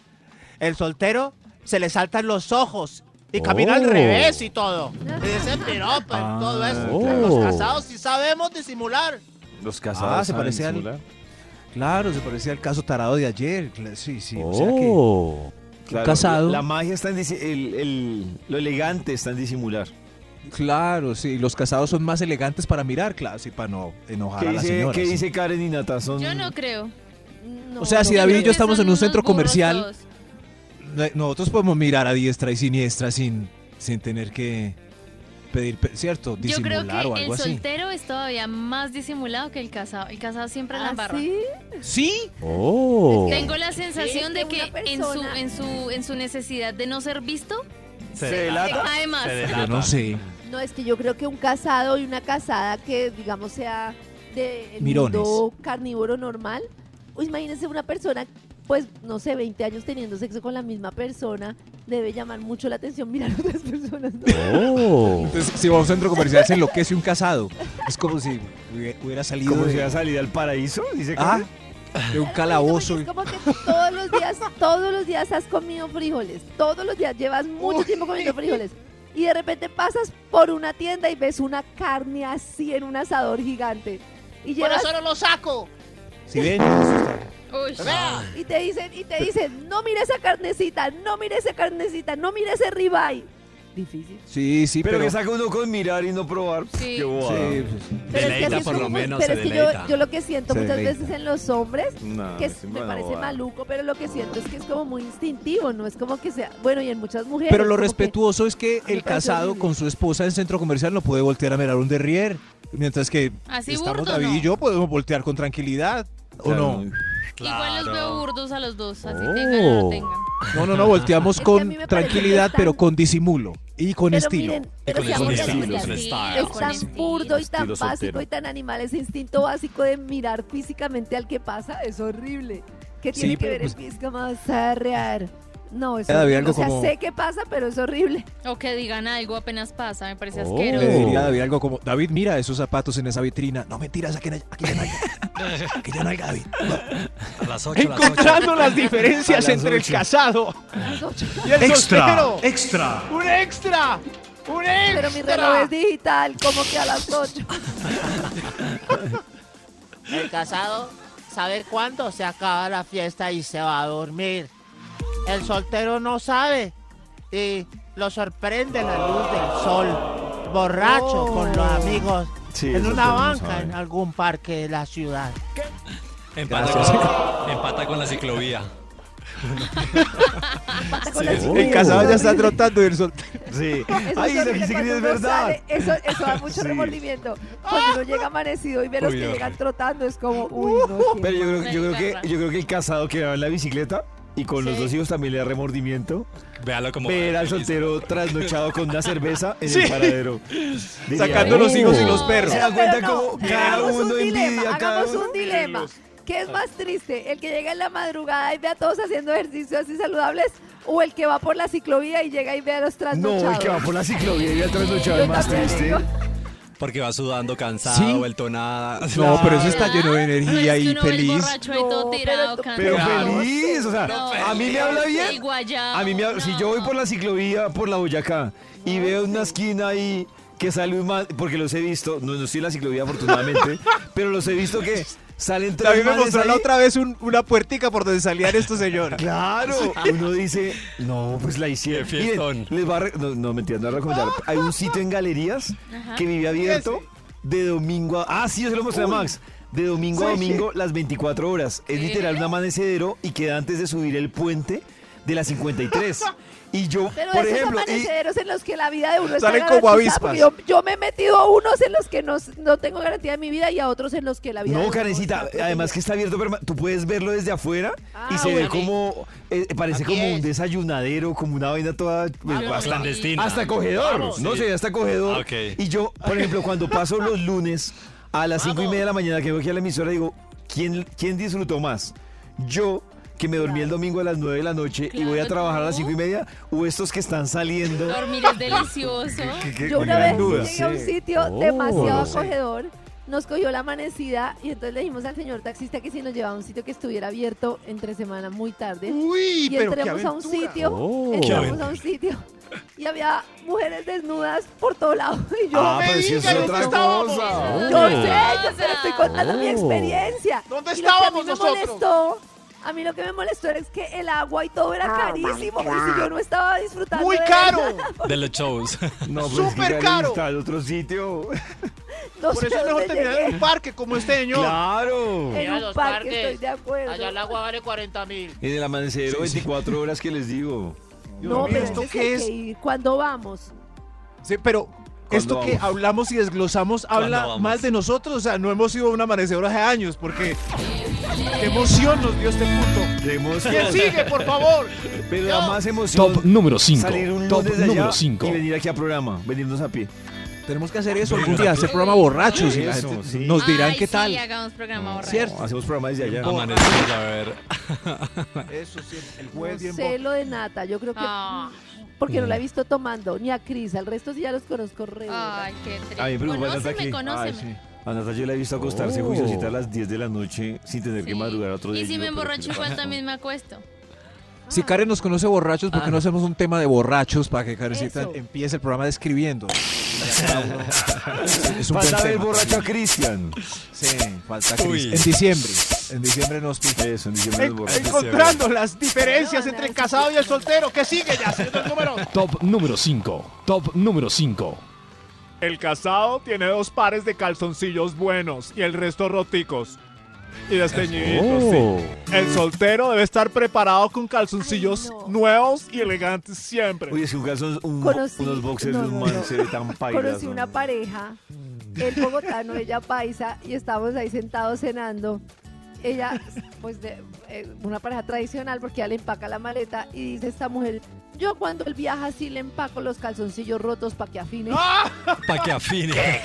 Speaker 14: El soltero se le saltan los ojos
Speaker 12: Y camina al
Speaker 6: Oh.
Speaker 12: revés y todo. Y ese piropo y todo eso.
Speaker 6: Oh.
Speaker 12: Los casados sí sabemos disimular.
Speaker 2: Los casados.
Speaker 6: Ah, se
Speaker 2: saben
Speaker 6: parece al-
Speaker 2: disimular.
Speaker 6: Claro, se parecía al caso tarado de ayer. Cla- Sí, sí. o sea que-
Speaker 2: Oh. Claro,
Speaker 6: casado.
Speaker 2: La, la magia está en disi- el- el- lo elegante está en disimular.
Speaker 6: Claro, sí, los casados son más elegantes para mirar, claro, sí, para no enojar
Speaker 2: ¿Qué
Speaker 6: a la
Speaker 2: dice,
Speaker 6: señora.
Speaker 2: qué
Speaker 6: sí.
Speaker 2: dice Karen y Nata? Son-
Speaker 3: Yo no creo.
Speaker 6: o sea, si
Speaker 3: Yo
Speaker 6: David y
Speaker 3: creo
Speaker 6: yo
Speaker 3: que
Speaker 6: estamos
Speaker 3: son
Speaker 6: en un
Speaker 3: unos
Speaker 6: centro
Speaker 3: burros
Speaker 6: comercial,
Speaker 3: todos.
Speaker 6: no- nosotros podemos mirar a diestra y siniestra sin, sin tener que pedir, pe- ¿cierto?
Speaker 3: Yo
Speaker 6: Disimular
Speaker 3: creo que
Speaker 6: o algo
Speaker 3: el
Speaker 6: así.
Speaker 3: soltero es todavía más disimulado que el casado. El casado siempre
Speaker 5: Ah,
Speaker 3: la embarra.
Speaker 6: ¿Sí? Oh.
Speaker 3: Tengo la sensación
Speaker 5: Sí,
Speaker 3: de
Speaker 5: es que
Speaker 3: que
Speaker 5: una
Speaker 3: en su,
Speaker 5: persona-
Speaker 3: en, su, en su necesidad de no ser visto,
Speaker 6: Se
Speaker 3: delata. cae más.
Speaker 6: Yo no sé.
Speaker 5: No, es que yo creo que un casado y una casada que, digamos, sea de el
Speaker 6: Mirones.
Speaker 5: mundo carnívoro normal, o imagínense una persona, pues, no sé, 20 años teniendo sexo con la misma persona, debe llamar mucho la atención mirar a otras [LAUGHS] personas. ¿no?
Speaker 6: Entonces, si va a un centro comercial, se enloquece un casado. Es como si hubiera hubiera salido.
Speaker 2: Como
Speaker 6: de-
Speaker 2: si hubiera salido al paraíso, dice
Speaker 6: Ah,
Speaker 2: Karen.
Speaker 6: de un calabozo.
Speaker 5: Es como que tú todos los días, todos los días has comido frijoles, todos los días llevas mucho tiempo comiendo frijoles. Y de repente pasas por una tienda y ves una carne así en un asador gigante. Y
Speaker 12: Por
Speaker 5: llevas
Speaker 12: eso no lo saco.
Speaker 6: Si ven, Ah,
Speaker 5: y te dicen, y te dicen, no mire esa carnecita, no mire esa carnecita, no mire ese ribeye. Difícil.
Speaker 6: Sí, sí,
Speaker 2: pero,
Speaker 6: pero-
Speaker 2: que saca uno con mirar y no probar.
Speaker 5: Sí.
Speaker 2: Qué bobada.
Speaker 6: Sí,
Speaker 5: Pero es que así
Speaker 4: Deleita
Speaker 5: es
Speaker 4: por lo
Speaker 5: como-
Speaker 4: menos,
Speaker 5: pero
Speaker 4: se
Speaker 5: es que yo,
Speaker 4: deleita.
Speaker 5: yo lo que siento
Speaker 4: Se
Speaker 5: muchas
Speaker 4: deleita.
Speaker 5: veces en los hombres,
Speaker 4: No,
Speaker 5: que
Speaker 4: es
Speaker 5: es-
Speaker 4: una
Speaker 5: me parece
Speaker 4: bobada.
Speaker 5: maluco, pero lo que siento es que es como muy instintivo, no es como que sea, bueno, y en muchas mujeres.
Speaker 6: Pero lo
Speaker 5: como que-
Speaker 6: respetuoso es que
Speaker 5: me
Speaker 6: el
Speaker 5: parece
Speaker 6: casado
Speaker 5: horrible.
Speaker 6: con su esposa en centro comercial no puede voltear a mirar un derrier. Mientras que
Speaker 3: Así
Speaker 6: estamos
Speaker 3: burdo,
Speaker 6: David
Speaker 3: ¿no?
Speaker 6: y yo podemos voltear con tranquilidad. ¿O no?
Speaker 3: igual los veo burdos a los dos, así
Speaker 6: Oh.
Speaker 3: tengan o no tengan.
Speaker 6: No, no, no, volteamos
Speaker 3: Es que a
Speaker 6: con
Speaker 3: mí me parece que
Speaker 6: tranquilidad,
Speaker 3: están-
Speaker 6: pero con disimulo y con
Speaker 5: Pero
Speaker 6: estilo.
Speaker 5: miren, pero
Speaker 6: con
Speaker 5: seamos
Speaker 6: estilo,
Speaker 3: pues
Speaker 5: realistas,
Speaker 6: con
Speaker 5: sí,
Speaker 6: estilo.
Speaker 5: Es
Speaker 3: este
Speaker 5: tan burdo y tan
Speaker 6: Estilo
Speaker 5: básico
Speaker 6: soltero.
Speaker 5: y tan animal ese instinto básico de mirar físicamente al que pasa, es horrible. ¿Qué
Speaker 6: Sí,
Speaker 5: tiene que
Speaker 6: pero
Speaker 5: ver
Speaker 6: pues-
Speaker 5: el físico más arrear? No, es
Speaker 6: Ya, David,
Speaker 5: horrible.
Speaker 6: algo
Speaker 5: o sea,
Speaker 6: como-
Speaker 5: sé que pasa, pero es horrible.
Speaker 3: O que digan algo apenas pasa, me parece
Speaker 6: Oh.
Speaker 3: asqueroso.
Speaker 6: Le diría a David algo como, David, mira esos zapatos en esa vitrina. No, mentiras, aquí, aquí ya no hay. Aquí ya no hay,
Speaker 14: [LAUGHS]
Speaker 6: David.
Speaker 13: A las ocho, a las ocho.
Speaker 14: Encontrando las diferencias
Speaker 13: A las
Speaker 14: entre el
Speaker 13: ocho.
Speaker 14: casado y el soltero. ¡Un extra! ¡Un extra!
Speaker 5: Pero mi reloj es digital, como que a
Speaker 2: [LAUGHS]
Speaker 5: las 8.
Speaker 12: El casado sabe cuándo se acaba la fiesta y se va a dormir. El soltero no sabe y lo sorprende la luz del sol, borracho
Speaker 14: Oh.
Speaker 12: con los amigos
Speaker 14: Sí, el
Speaker 12: en
Speaker 14: soltero
Speaker 12: una
Speaker 14: no
Speaker 12: banca
Speaker 14: sabe.
Speaker 12: en algún parque de la ciudad.
Speaker 13: Empata
Speaker 14: Gracias.
Speaker 13: con, empata con la ciclovía.
Speaker 5: con
Speaker 13: Sí,
Speaker 5: la
Speaker 13: sí.
Speaker 5: ciclovía.
Speaker 6: El casado ya está trotando y el soltero.
Speaker 2: Sí.
Speaker 5: Eso
Speaker 2: Ay,
Speaker 5: es
Speaker 2: esa sí
Speaker 5: horrible
Speaker 2: que
Speaker 5: cuando
Speaker 2: es
Speaker 5: uno
Speaker 2: verdad.
Speaker 5: sale, eso, eso
Speaker 2: [LAUGHS]
Speaker 5: da mucho
Speaker 2: Sí.
Speaker 5: remordimiento. Cuando uno llega amanecido y ve los
Speaker 2: Uy,
Speaker 5: que
Speaker 2: no.
Speaker 5: llegan trotando, es como, uy, no. qué
Speaker 2: Pero yo creo,
Speaker 5: mal.
Speaker 2: yo creo que, yo creo que el casado que va en la bicicleta y con los
Speaker 5: Sí.
Speaker 2: dos hijos también le da remordimiento.
Speaker 13: Véalo como.
Speaker 2: Ver al soltero trasnochado con una cerveza en
Speaker 13: Sí.
Speaker 2: el paradero. "Uh,
Speaker 13: Sacando los hijos y los perros".
Speaker 2: ¿Se dan
Speaker 5: Pero
Speaker 2: cuenta
Speaker 5: no,
Speaker 2: cómo cada
Speaker 5: hagamos un
Speaker 2: uno
Speaker 5: dilema,
Speaker 2: envidia a cada
Speaker 5: Hagamos
Speaker 2: uno?
Speaker 5: un dilema. ¿Qué es más triste? ¿El que llega en la madrugada y ve a todos haciendo ejercicios así saludables? ¿O el que va por la ciclovía y llega y ve a los trasnochados?
Speaker 2: No, el que va por la ciclovía y al trasnochado
Speaker 5: Yo
Speaker 2: es más
Speaker 5: también
Speaker 2: triste.
Speaker 5: digo.
Speaker 13: Porque va sudando, cansado,
Speaker 6: Sí.
Speaker 13: vueltonada. [LAUGHS]
Speaker 6: No, pero eso está lleno de energía y feliz.
Speaker 3: Borracho y todo tirado,
Speaker 2: Pero
Speaker 3: cansado.
Speaker 2: feliz, o sea, a mí me habla bien.
Speaker 3: El guayabo.
Speaker 2: A mí me habla- si yo voy por la ciclovía, por la Boyacá, y veo una esquina ahí que sale un man, porque los he visto, no, no estoy en la ciclovía afortunadamente, [LAUGHS] pero los he visto que salen tres
Speaker 6: David me
Speaker 2: manes
Speaker 6: mostró la
Speaker 2: ahí.
Speaker 6: otra vez un- una puertica por donde salían estos señores.
Speaker 2: Claro, uno dice, no, pues la hicieron.
Speaker 6: Qué
Speaker 2: Miren, les va a re- no, no, mentira, no voy a recomendar. Hay un sitio en galerías
Speaker 6: Ajá.
Speaker 2: que vive abierto de domingo a... Ah, sí, yo se lo mostré
Speaker 6: Uy.
Speaker 2: a Max. De domingo a
Speaker 6: Sí, sí.
Speaker 2: domingo, las 24 horas. Es literal un amanecedero y queda antes de subir el puente de las 53. Y yo,
Speaker 5: Pero
Speaker 2: por
Speaker 5: esos
Speaker 2: ejemplo... y-
Speaker 5: amaneceros en los que la vida de uno está
Speaker 2: Salen como
Speaker 5: garantizada,
Speaker 2: avispas.
Speaker 5: porque Yo, yo me he metido a unos en los que no, no tengo garantía de mi vida y a otros en los que la vida de
Speaker 2: No,
Speaker 5: uno
Speaker 2: Karencita,
Speaker 5: está
Speaker 2: además que está abierto, perma- tú puedes verlo desde afuera y
Speaker 5: Ah,
Speaker 2: se ve
Speaker 5: bueno.
Speaker 2: como, eh, parece como un desayunadero, como una vaina toda pues,
Speaker 13: Ah,
Speaker 2: hasta,
Speaker 13: clandestina.
Speaker 2: hasta acogedor,
Speaker 13: Vamos,
Speaker 2: no
Speaker 13: sí.
Speaker 2: se ve hasta acogedor.
Speaker 13: Ok.
Speaker 2: Y yo, por ejemplo, cuando paso los lunes a las cinco y media de la mañana que vengo aquí a la emisora, digo, ¿quién, quién disfrutó más? Yo que me dormí el domingo a las 9 de la noche y voy a trabajar a las cinco y media, o estos que están saliendo.
Speaker 3: Dormir es delicioso.
Speaker 2: que-
Speaker 5: Yo una
Speaker 2: gran
Speaker 5: vez
Speaker 2: duda.
Speaker 5: llegué a un
Speaker 2: Sí.
Speaker 5: sitio
Speaker 2: Oh,
Speaker 5: demasiado
Speaker 2: sí.
Speaker 5: acogedor, nos cogió la amanecida y entonces le dijimos al señor taxista que si nos llevaba a un sitio que estuviera abierto entre semana muy tarde.
Speaker 14: Uy,
Speaker 5: y
Speaker 14: pero qué
Speaker 5: entramos a un
Speaker 14: aventura.
Speaker 5: sitio,
Speaker 14: Oh.
Speaker 5: entramos
Speaker 14: Qué
Speaker 5: a un sitio y había mujeres desnudas por todo lado [LAUGHS] y yo
Speaker 2: Ah,
Speaker 5: "No
Speaker 2: pero
Speaker 5: me
Speaker 2: si es
Speaker 5: digas,
Speaker 2: otra
Speaker 5: ¿dónde estábamos?".
Speaker 2: cosa.
Speaker 5: Yo
Speaker 2: Oh.
Speaker 5: sé, yo pero estoy contando mi
Speaker 2: Oh.
Speaker 5: experiencia.
Speaker 14: ¿Dónde
Speaker 5: Y lo que a mí
Speaker 14: estábamos
Speaker 5: me
Speaker 14: nosotros?
Speaker 5: molestó A mí lo que me molestó es que el agua y todo era
Speaker 2: Ah,
Speaker 5: carísimo. Y si yo no estaba disfrutando.
Speaker 14: ¡Muy
Speaker 5: de [LAUGHS]
Speaker 14: caro!
Speaker 5: eso,
Speaker 13: De los shows.
Speaker 2: No, pues
Speaker 14: ¡Súper
Speaker 2: que ya le
Speaker 14: caro!
Speaker 2: gusta al otro sitio.
Speaker 5: [LAUGHS] no
Speaker 14: Por
Speaker 5: sé
Speaker 14: eso es mejor
Speaker 5: dónde
Speaker 14: terminar en
Speaker 5: llegué.
Speaker 14: un parque como este señor.
Speaker 2: ¡Claro!
Speaker 5: En
Speaker 12: Mira
Speaker 5: un
Speaker 12: los
Speaker 5: parque,
Speaker 12: parques.
Speaker 5: estoy de acuerdo.
Speaker 12: Allá el agua vale 40 mil.
Speaker 2: En el amanecer, 24 horas que les digo.
Speaker 5: No, pero
Speaker 14: ¿esto
Speaker 5: ¿esto
Speaker 14: qué
Speaker 5: qué
Speaker 14: es?
Speaker 5: es? ¿Cuándo vamos?
Speaker 14: Sí, pero esto que
Speaker 2: vamos?
Speaker 14: hablamos y desglosamos habla
Speaker 13: vamos?
Speaker 14: más de nosotros. O sea, no hemos ido a un amanecedor hace años porque qué emoción nos dio este punto.
Speaker 2: ¡Qué emoción!
Speaker 14: ¿Quién sigue, por favor?
Speaker 2: [LAUGHS] Pero da más emoción
Speaker 4: Top número 5.
Speaker 2: salir un
Speaker 4: Top
Speaker 2: lunes de allá
Speaker 4: número 5.
Speaker 2: y venir aquí a programa, venirnos a pie.
Speaker 6: Tenemos que hacer eso algún día, hacer programa borrachos y la
Speaker 2: Ah, Eso,
Speaker 6: gente
Speaker 2: sí.
Speaker 6: nos dirán
Speaker 3: Ay,
Speaker 6: qué
Speaker 3: sí,
Speaker 6: tal.
Speaker 3: hagamos programa borracho.
Speaker 2: No, hacemos programa desde allá.
Speaker 13: Amanecer, a ver.
Speaker 14: Eso sí, el
Speaker 5: No
Speaker 14: juez bien Mm.
Speaker 5: sé lo de Nata. Yo creo que.
Speaker 3: Ah.
Speaker 5: Porque no la he visto tomando, ni a Cris. Al resto sí ya los conozco re. bien.
Speaker 3: Ay, qué triste.
Speaker 2: A mí me preocupa Nata
Speaker 3: Conóceme,
Speaker 2: aquí.
Speaker 3: conóceme.
Speaker 2: Ay, sí. A Nata yo la he visto acostarse
Speaker 6: Oh.
Speaker 2: juiciosita a las 10 de la noche sin tener que
Speaker 3: Sí.
Speaker 2: madrugar otro día.
Speaker 3: Y si
Speaker 2: Yo
Speaker 3: me
Speaker 2: digo, pero
Speaker 3: emborracho
Speaker 2: ¿qué le
Speaker 3: igual
Speaker 2: pasa?
Speaker 3: también me acuesto.
Speaker 6: Si Karen nos conoce borrachos, ¿por qué no hacemos un tema de borrachos para que Karencita
Speaker 5: Eso.
Speaker 6: empiece el programa describiendo? es un buen
Speaker 2: Falta ver
Speaker 6: tema.
Speaker 2: borracho a Cristian.
Speaker 6: Sí, falta
Speaker 13: Uy.
Speaker 6: Cris. En diciembre. En diciembre nos pica.
Speaker 2: Eso, en diciembre
Speaker 14: En-
Speaker 2: los borrachos.
Speaker 14: encontrando las diferencias entre el casado y el soltero. ¿Qué sigue ya? Señor del número.
Speaker 4: Top número 5. Top número 5.
Speaker 14: El casado tiene dos pares de calzoncillos buenos y el resto roticos. Y desteñiditos, sí. El soltero debe estar preparado con calzoncillos
Speaker 5: Ay, no.
Speaker 14: nuevos y elegantes siempre.
Speaker 2: Oye, si un calzón, un-
Speaker 5: Conocí-
Speaker 2: unos boxers,
Speaker 5: no,
Speaker 2: un
Speaker 5: no,
Speaker 2: man
Speaker 5: no.
Speaker 2: se ve tan paila.
Speaker 5: Conocí una pareja, el bogotano, ella paisa, y estábamos ahí sentados cenando. Ella, pues, de- eh, una pareja tradicional, porque ella le empaca la maleta y dice esta mujer, yo cuando él viaja sí le empaco los calzoncillos rotos para que afine.
Speaker 13: Para que afine.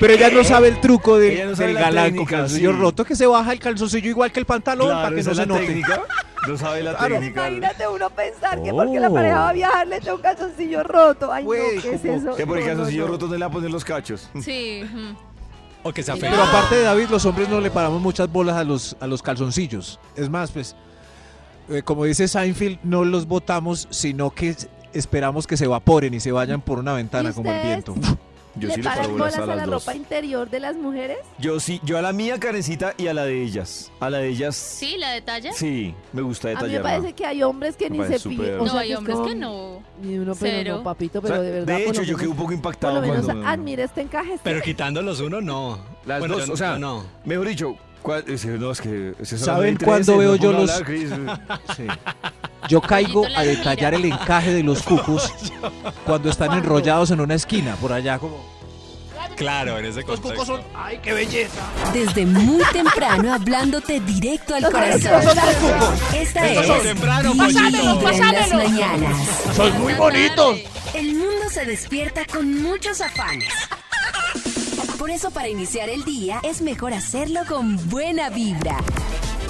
Speaker 6: Pero ella no sabe el truco
Speaker 2: Ella
Speaker 6: del,
Speaker 2: no sabe
Speaker 6: del
Speaker 2: la
Speaker 6: galán con
Speaker 2: técnica,
Speaker 6: calzoncillo
Speaker 2: sí.
Speaker 6: roto que se baja el calzoncillo igual que el pantalón
Speaker 2: Claro,
Speaker 6: para que
Speaker 2: esa
Speaker 6: no
Speaker 2: es
Speaker 6: se
Speaker 2: la
Speaker 6: note.
Speaker 2: técnica. No sabe la técnica.
Speaker 5: Imagínate uno pensar que porque
Speaker 2: Oh.
Speaker 5: la pareja va a viajar le echa un calzoncillo roto. Ay,
Speaker 6: Güey,
Speaker 5: no, ¿qué es
Speaker 6: ¿cómo?
Speaker 5: eso?
Speaker 2: Que por el
Speaker 5: No, no,
Speaker 2: calzoncillo
Speaker 5: no.
Speaker 2: roto no le va a poner los cachos.
Speaker 3: Sí. mm. ujú.
Speaker 13: O que se afine.
Speaker 6: Pero aparte de David, los hombres no le paramos muchas bolas a los, a los calzoncillos. Es más, pues, eh, como dice Seinfeld, no los botamos, sino que s- esperamos que se evaporen y se vayan por una ventana como el
Speaker 5: ustedes?
Speaker 6: viento.
Speaker 2: Yo
Speaker 5: ¿Le
Speaker 2: sí le
Speaker 5: paran
Speaker 2: paro
Speaker 5: bolas
Speaker 2: bolas
Speaker 5: a la
Speaker 2: dos.
Speaker 5: ropa interior de las mujeres?
Speaker 2: Yo sí, yo a la mía, Karencita, y a la de ellas. A la de ellas.
Speaker 3: Sí, la detalla.
Speaker 2: Sí, me gusta
Speaker 5: A mí me
Speaker 2: detallarla.
Speaker 5: parece que hay hombres que
Speaker 2: Me
Speaker 5: ni se
Speaker 2: parece súper-
Speaker 5: piden.
Speaker 3: no, hay hombres que no.
Speaker 5: Ni uno, pero
Speaker 3: Cero.
Speaker 5: no, papito,
Speaker 2: O sea,
Speaker 5: pero de verdad. por
Speaker 2: hecho,
Speaker 5: lo
Speaker 2: yo quedé
Speaker 5: menos-
Speaker 2: un poco
Speaker 5: Por
Speaker 2: impactado
Speaker 5: lo menos
Speaker 2: cuando-
Speaker 5: admira este encaje. este-
Speaker 13: Pero quitándolos uno, no.
Speaker 2: Las
Speaker 13: Bueno,
Speaker 2: dos,
Speaker 13: yo-
Speaker 2: o sea,
Speaker 13: yo no.
Speaker 2: mejor dicho, cua- eh, sí, no, es que se son
Speaker 6: ¿Saben
Speaker 2: las 9:13,
Speaker 6: cuándo
Speaker 2: no
Speaker 6: veo yo
Speaker 2: puedo
Speaker 6: los-
Speaker 2: hablar, Cris.
Speaker 6: Sí. Yo caigo
Speaker 3: Pollito
Speaker 6: a
Speaker 3: la
Speaker 6: detallar el encaje de los cucos cuando están
Speaker 5: ¿Cuándo?
Speaker 6: enrollados en una esquina, por allá como...
Speaker 13: Claro, en ese
Speaker 11: Los
Speaker 13: contexto.
Speaker 11: cucos son. ¡Ay, qué belleza!
Speaker 1: Desde muy temprano hablándote directo al corazón. Esta
Speaker 13: Estos
Speaker 1: es
Speaker 13: son temprano, pollito.
Speaker 1: Vibra en las mañanas.
Speaker 11: ¡Son muy bonitos!
Speaker 1: El mundo se despierta con muchos afanes. Por eso para iniciar el día es mejor hacerlo con buena vibra.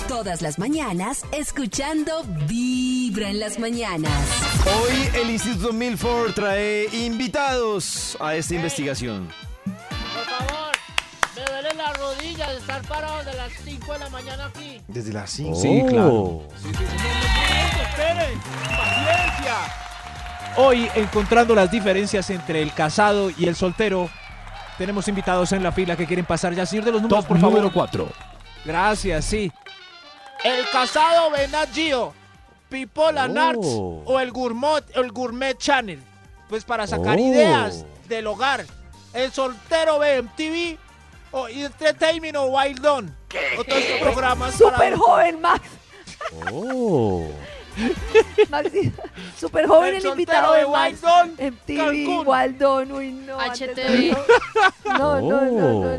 Speaker 1: Todas las mañanas escuchando Vibra en las mañanas.
Speaker 2: Hoy el Instituto Milford trae invitados a esta investigación.
Speaker 12: Por favor, me duele la rodilla de estar parado de las 5 de la mañana aquí.
Speaker 2: Desde las 5.
Speaker 6: Sí, claro.
Speaker 14: ¡Esperen! ¡Paciencia!
Speaker 6: Hoy, encontrando las diferencias entre el casado y el soltero, tenemos invitados en la fila que quieren pasar ya. Señor de los números,
Speaker 4: Top
Speaker 6: por favor.
Speaker 4: número 4.
Speaker 6: Gracias, sí.
Speaker 14: El casado ven a Gio, Pipola Narts o el Gourmet, el gourmet Channel. Pues para sacar
Speaker 6: Oh.
Speaker 14: ideas del hogar. El soltero ve MTV o Entertainment o Wild On. O todos
Speaker 6: este
Speaker 14: estos programas para-
Speaker 5: Súper joven, Max. Maxi, súper joven el,
Speaker 14: soltero
Speaker 5: invitado
Speaker 14: de
Speaker 5: de Max.
Speaker 14: Wildon,
Speaker 5: MTV,
Speaker 14: Cancún.
Speaker 5: Wildon, uy, no. antes de-
Speaker 3: HTV.
Speaker 5: No, no, no,
Speaker 6: Oh.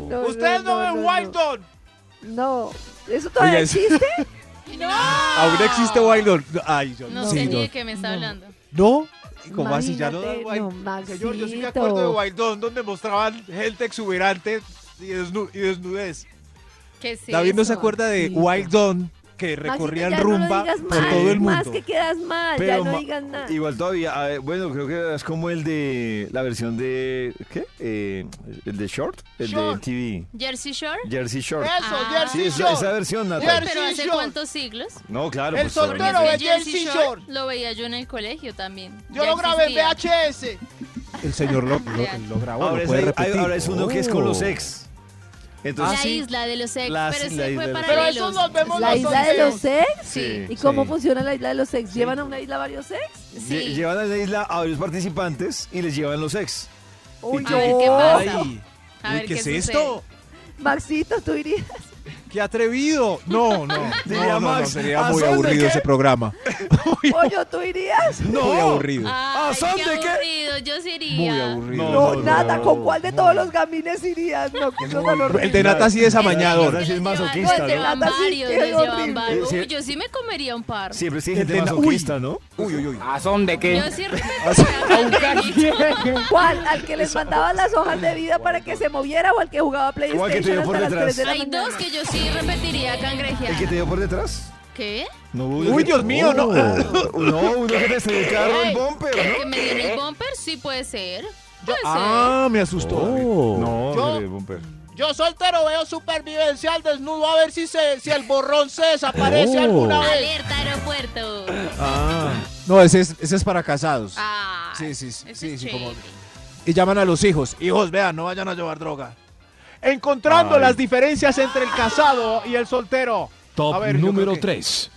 Speaker 5: no, no.
Speaker 14: Ustedes no, ven Wild
Speaker 5: no.
Speaker 14: On.
Speaker 5: No, ¿eso todavía
Speaker 6: Oye, es-
Speaker 5: existe?
Speaker 6: [LAUGHS] ¿Aún existe Wildon? Ay, yo
Speaker 3: No
Speaker 6: sí,
Speaker 3: sé
Speaker 6: no.
Speaker 3: ni de qué me está hablando.
Speaker 6: ¿No? ¿Cómo así? Ya no da
Speaker 5: Imagínate,
Speaker 6: Wild-
Speaker 5: no, Maxito.
Speaker 14: Señor, yo sí me acuerdo de Wild On donde mostraban gente exuberante y, desnu- y desnudez.
Speaker 3: ¿Qué es
Speaker 6: David no se
Speaker 3: eso?
Speaker 6: acuerda de
Speaker 5: Sí.
Speaker 6: Wildon que
Speaker 5: Maxito,
Speaker 6: recorrían
Speaker 5: ya no lo
Speaker 6: rumba
Speaker 5: digas
Speaker 6: por
Speaker 5: más,
Speaker 6: todo el
Speaker 5: Más
Speaker 6: mundo.
Speaker 5: que quedas mal,
Speaker 2: Pero
Speaker 5: ya no
Speaker 2: ma-
Speaker 5: digas nada.
Speaker 2: Igual todavía, a ver, bueno, creo que es como el de la versión de. ¿Qué? Eh, el de Short, el
Speaker 14: Short.
Speaker 2: de
Speaker 3: Jersey Shore.
Speaker 2: MTV. Jersey Short.
Speaker 14: Eso,
Speaker 3: Ah.
Speaker 2: Sí,
Speaker 14: Jersey
Speaker 2: esa-
Speaker 14: Shore.
Speaker 2: esa versión, Natalia.
Speaker 14: Jersey
Speaker 3: Pero hace
Speaker 14: Shore.
Speaker 3: cuántos siglos.
Speaker 2: No, claro.
Speaker 14: El
Speaker 2: pues,
Speaker 14: soltero
Speaker 2: obviamente.
Speaker 14: de
Speaker 3: Porque es que
Speaker 14: Jersey
Speaker 3: Jersey
Speaker 14: Shore.
Speaker 3: Shore lo veía yo en el colegio también.
Speaker 14: Yo
Speaker 3: Ya
Speaker 14: lo grabé en
Speaker 3: existía.
Speaker 14: VHS.
Speaker 6: [LAUGHS] El señor lo, lo- lo grabó,
Speaker 2: Ahora
Speaker 6: lo
Speaker 2: es,
Speaker 6: puede
Speaker 2: ahí-
Speaker 6: repetir. Oh.
Speaker 2: ahora es uno que es con los ex. Oh. Entonces,
Speaker 3: la
Speaker 2: Ah, sí,
Speaker 3: isla de los ex,
Speaker 2: la-
Speaker 3: pero
Speaker 2: la
Speaker 3: ese
Speaker 2: isla
Speaker 3: fue
Speaker 2: de los-
Speaker 3: para
Speaker 5: Pero
Speaker 3: Lelos.
Speaker 5: esos los vemos ¿La isla de los ex?
Speaker 2: Sí.
Speaker 5: ¿Y cómo
Speaker 2: Sí.
Speaker 5: funciona la isla de los ex? ¿Llevan a una isla varios ex?
Speaker 2: lle- Llevan a la isla a varios participantes y les llevan los ex.
Speaker 5: Uy,
Speaker 2: Y
Speaker 5: no.
Speaker 2: que-
Speaker 5: A ver qué pasa.
Speaker 2: Ay,
Speaker 5: A
Speaker 2: uy,
Speaker 5: ver
Speaker 2: ¿qué
Speaker 5: qué
Speaker 2: es
Speaker 5: sucede.
Speaker 2: esto?
Speaker 5: Maxito, tú irías.
Speaker 11: ¡Qué atrevido! No, no.
Speaker 6: No, no, no, sería muy aburrido ese programa.
Speaker 5: Pollo, tú irías.
Speaker 6: No. Muy aburrido.
Speaker 3: Ay,
Speaker 5: son
Speaker 3: qué
Speaker 5: de qué?
Speaker 3: aburrido, yo sí iría.
Speaker 5: ah.
Speaker 6: aburrido.
Speaker 5: No, nada, ¿con cuál de todos los gamines irías? No, qué dolor.
Speaker 6: El de Nata sí es amañador.
Speaker 2: Nata sí es
Speaker 3: Pues
Speaker 2: masoquista, ¿no?
Speaker 3: llevan varios,
Speaker 5: qué
Speaker 3: les llevan
Speaker 5: horrible.
Speaker 3: varios.
Speaker 2: Sí.
Speaker 3: Uy, yo sí me comería un par.
Speaker 2: Siempre sí hay gente
Speaker 14: El de la-
Speaker 2: masoquista, ¿no?
Speaker 14: Uy, uy, uy. ¿A son de qué?
Speaker 2: [LAUGHS]
Speaker 3: Yo sí
Speaker 5: ¿Cuál? ¿Al que les mandaba las hojas de vida para que se moviera o al que jugaba
Speaker 2: O al que te
Speaker 5: PlayStation
Speaker 2: dio por
Speaker 5: hasta
Speaker 2: detrás.
Speaker 5: las 3 de la
Speaker 3: Hay
Speaker 5: mañana?
Speaker 3: dos que yo sí repetiría
Speaker 2: ¿El que
Speaker 3: cangrejeada.
Speaker 2: te dio por detrás?
Speaker 3: ¿Qué?
Speaker 2: No,
Speaker 11: Uy, Dios mío, no.
Speaker 2: No, uno que te estrelló el carro, el
Speaker 3: Ey,
Speaker 2: bumper,
Speaker 3: ¿el
Speaker 2: ¿no?
Speaker 3: ¿Que me dieron el bumper? Sí puede ser. Puede
Speaker 11: Ah, me asustó.
Speaker 2: Oh. No,
Speaker 11: Yo-
Speaker 2: el bumper.
Speaker 11: Yo soltero veo supervivencia al desnudo a ver si, se, si el borrón se desaparece
Speaker 6: Oh.
Speaker 11: alguna
Speaker 3: ser.
Speaker 11: vez.
Speaker 3: Alerta aeropuerto.
Speaker 6: No, ese es, ese es para casados.
Speaker 3: Ah,
Speaker 11: Sí, sí, sí, sí, sí, como-
Speaker 6: Y llaman a los hijos.
Speaker 11: Hijos, vean, no vayan a llevar droga. Encontrando las diferencias entre el casado y el soltero.
Speaker 4: Top
Speaker 11: A ver, yo
Speaker 4: número
Speaker 11: creo que-
Speaker 4: 3.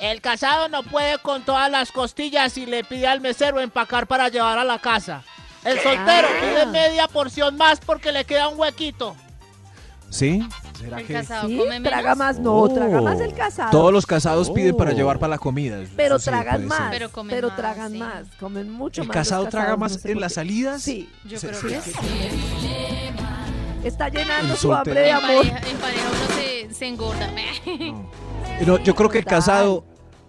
Speaker 12: El casado no puede con todas las costillas y le pide al mesero empacar para llevar a la casa. El soltero pide media porción más porque le queda un huequito.
Speaker 6: ¿Sí?
Speaker 3: El casado
Speaker 5: ¿Sí?
Speaker 3: come menos.
Speaker 5: Traga más, no, traga más el casado.
Speaker 6: Oh. Todos los casados piden para llevar para la comida.
Speaker 5: Pero
Speaker 6: Eso sí,
Speaker 5: tragan
Speaker 6: puede
Speaker 5: más,
Speaker 6: ser.
Speaker 3: Pero
Speaker 5: pero,
Speaker 3: comen más,
Speaker 5: tragan
Speaker 3: sí.
Speaker 5: más, comen mucho
Speaker 6: ¿El
Speaker 5: más. los
Speaker 6: casado traga
Speaker 5: casados,
Speaker 6: más
Speaker 5: no sé
Speaker 6: en
Speaker 5: por
Speaker 6: las
Speaker 5: qué.
Speaker 6: salidas?
Speaker 5: Sí,
Speaker 3: Yo
Speaker 6: Sí,
Speaker 3: creo
Speaker 6: sí,
Speaker 3: que
Speaker 6: sí.
Speaker 3: sí.
Speaker 5: está llenando
Speaker 6: El
Speaker 5: su hambre de
Speaker 3: En
Speaker 5: amor.
Speaker 3: pareja, en pareja uno se, se engorda. [LAUGHS]
Speaker 5: [LAUGHS]
Speaker 6: No, yo creo que el
Speaker 5: total.
Speaker 6: casado,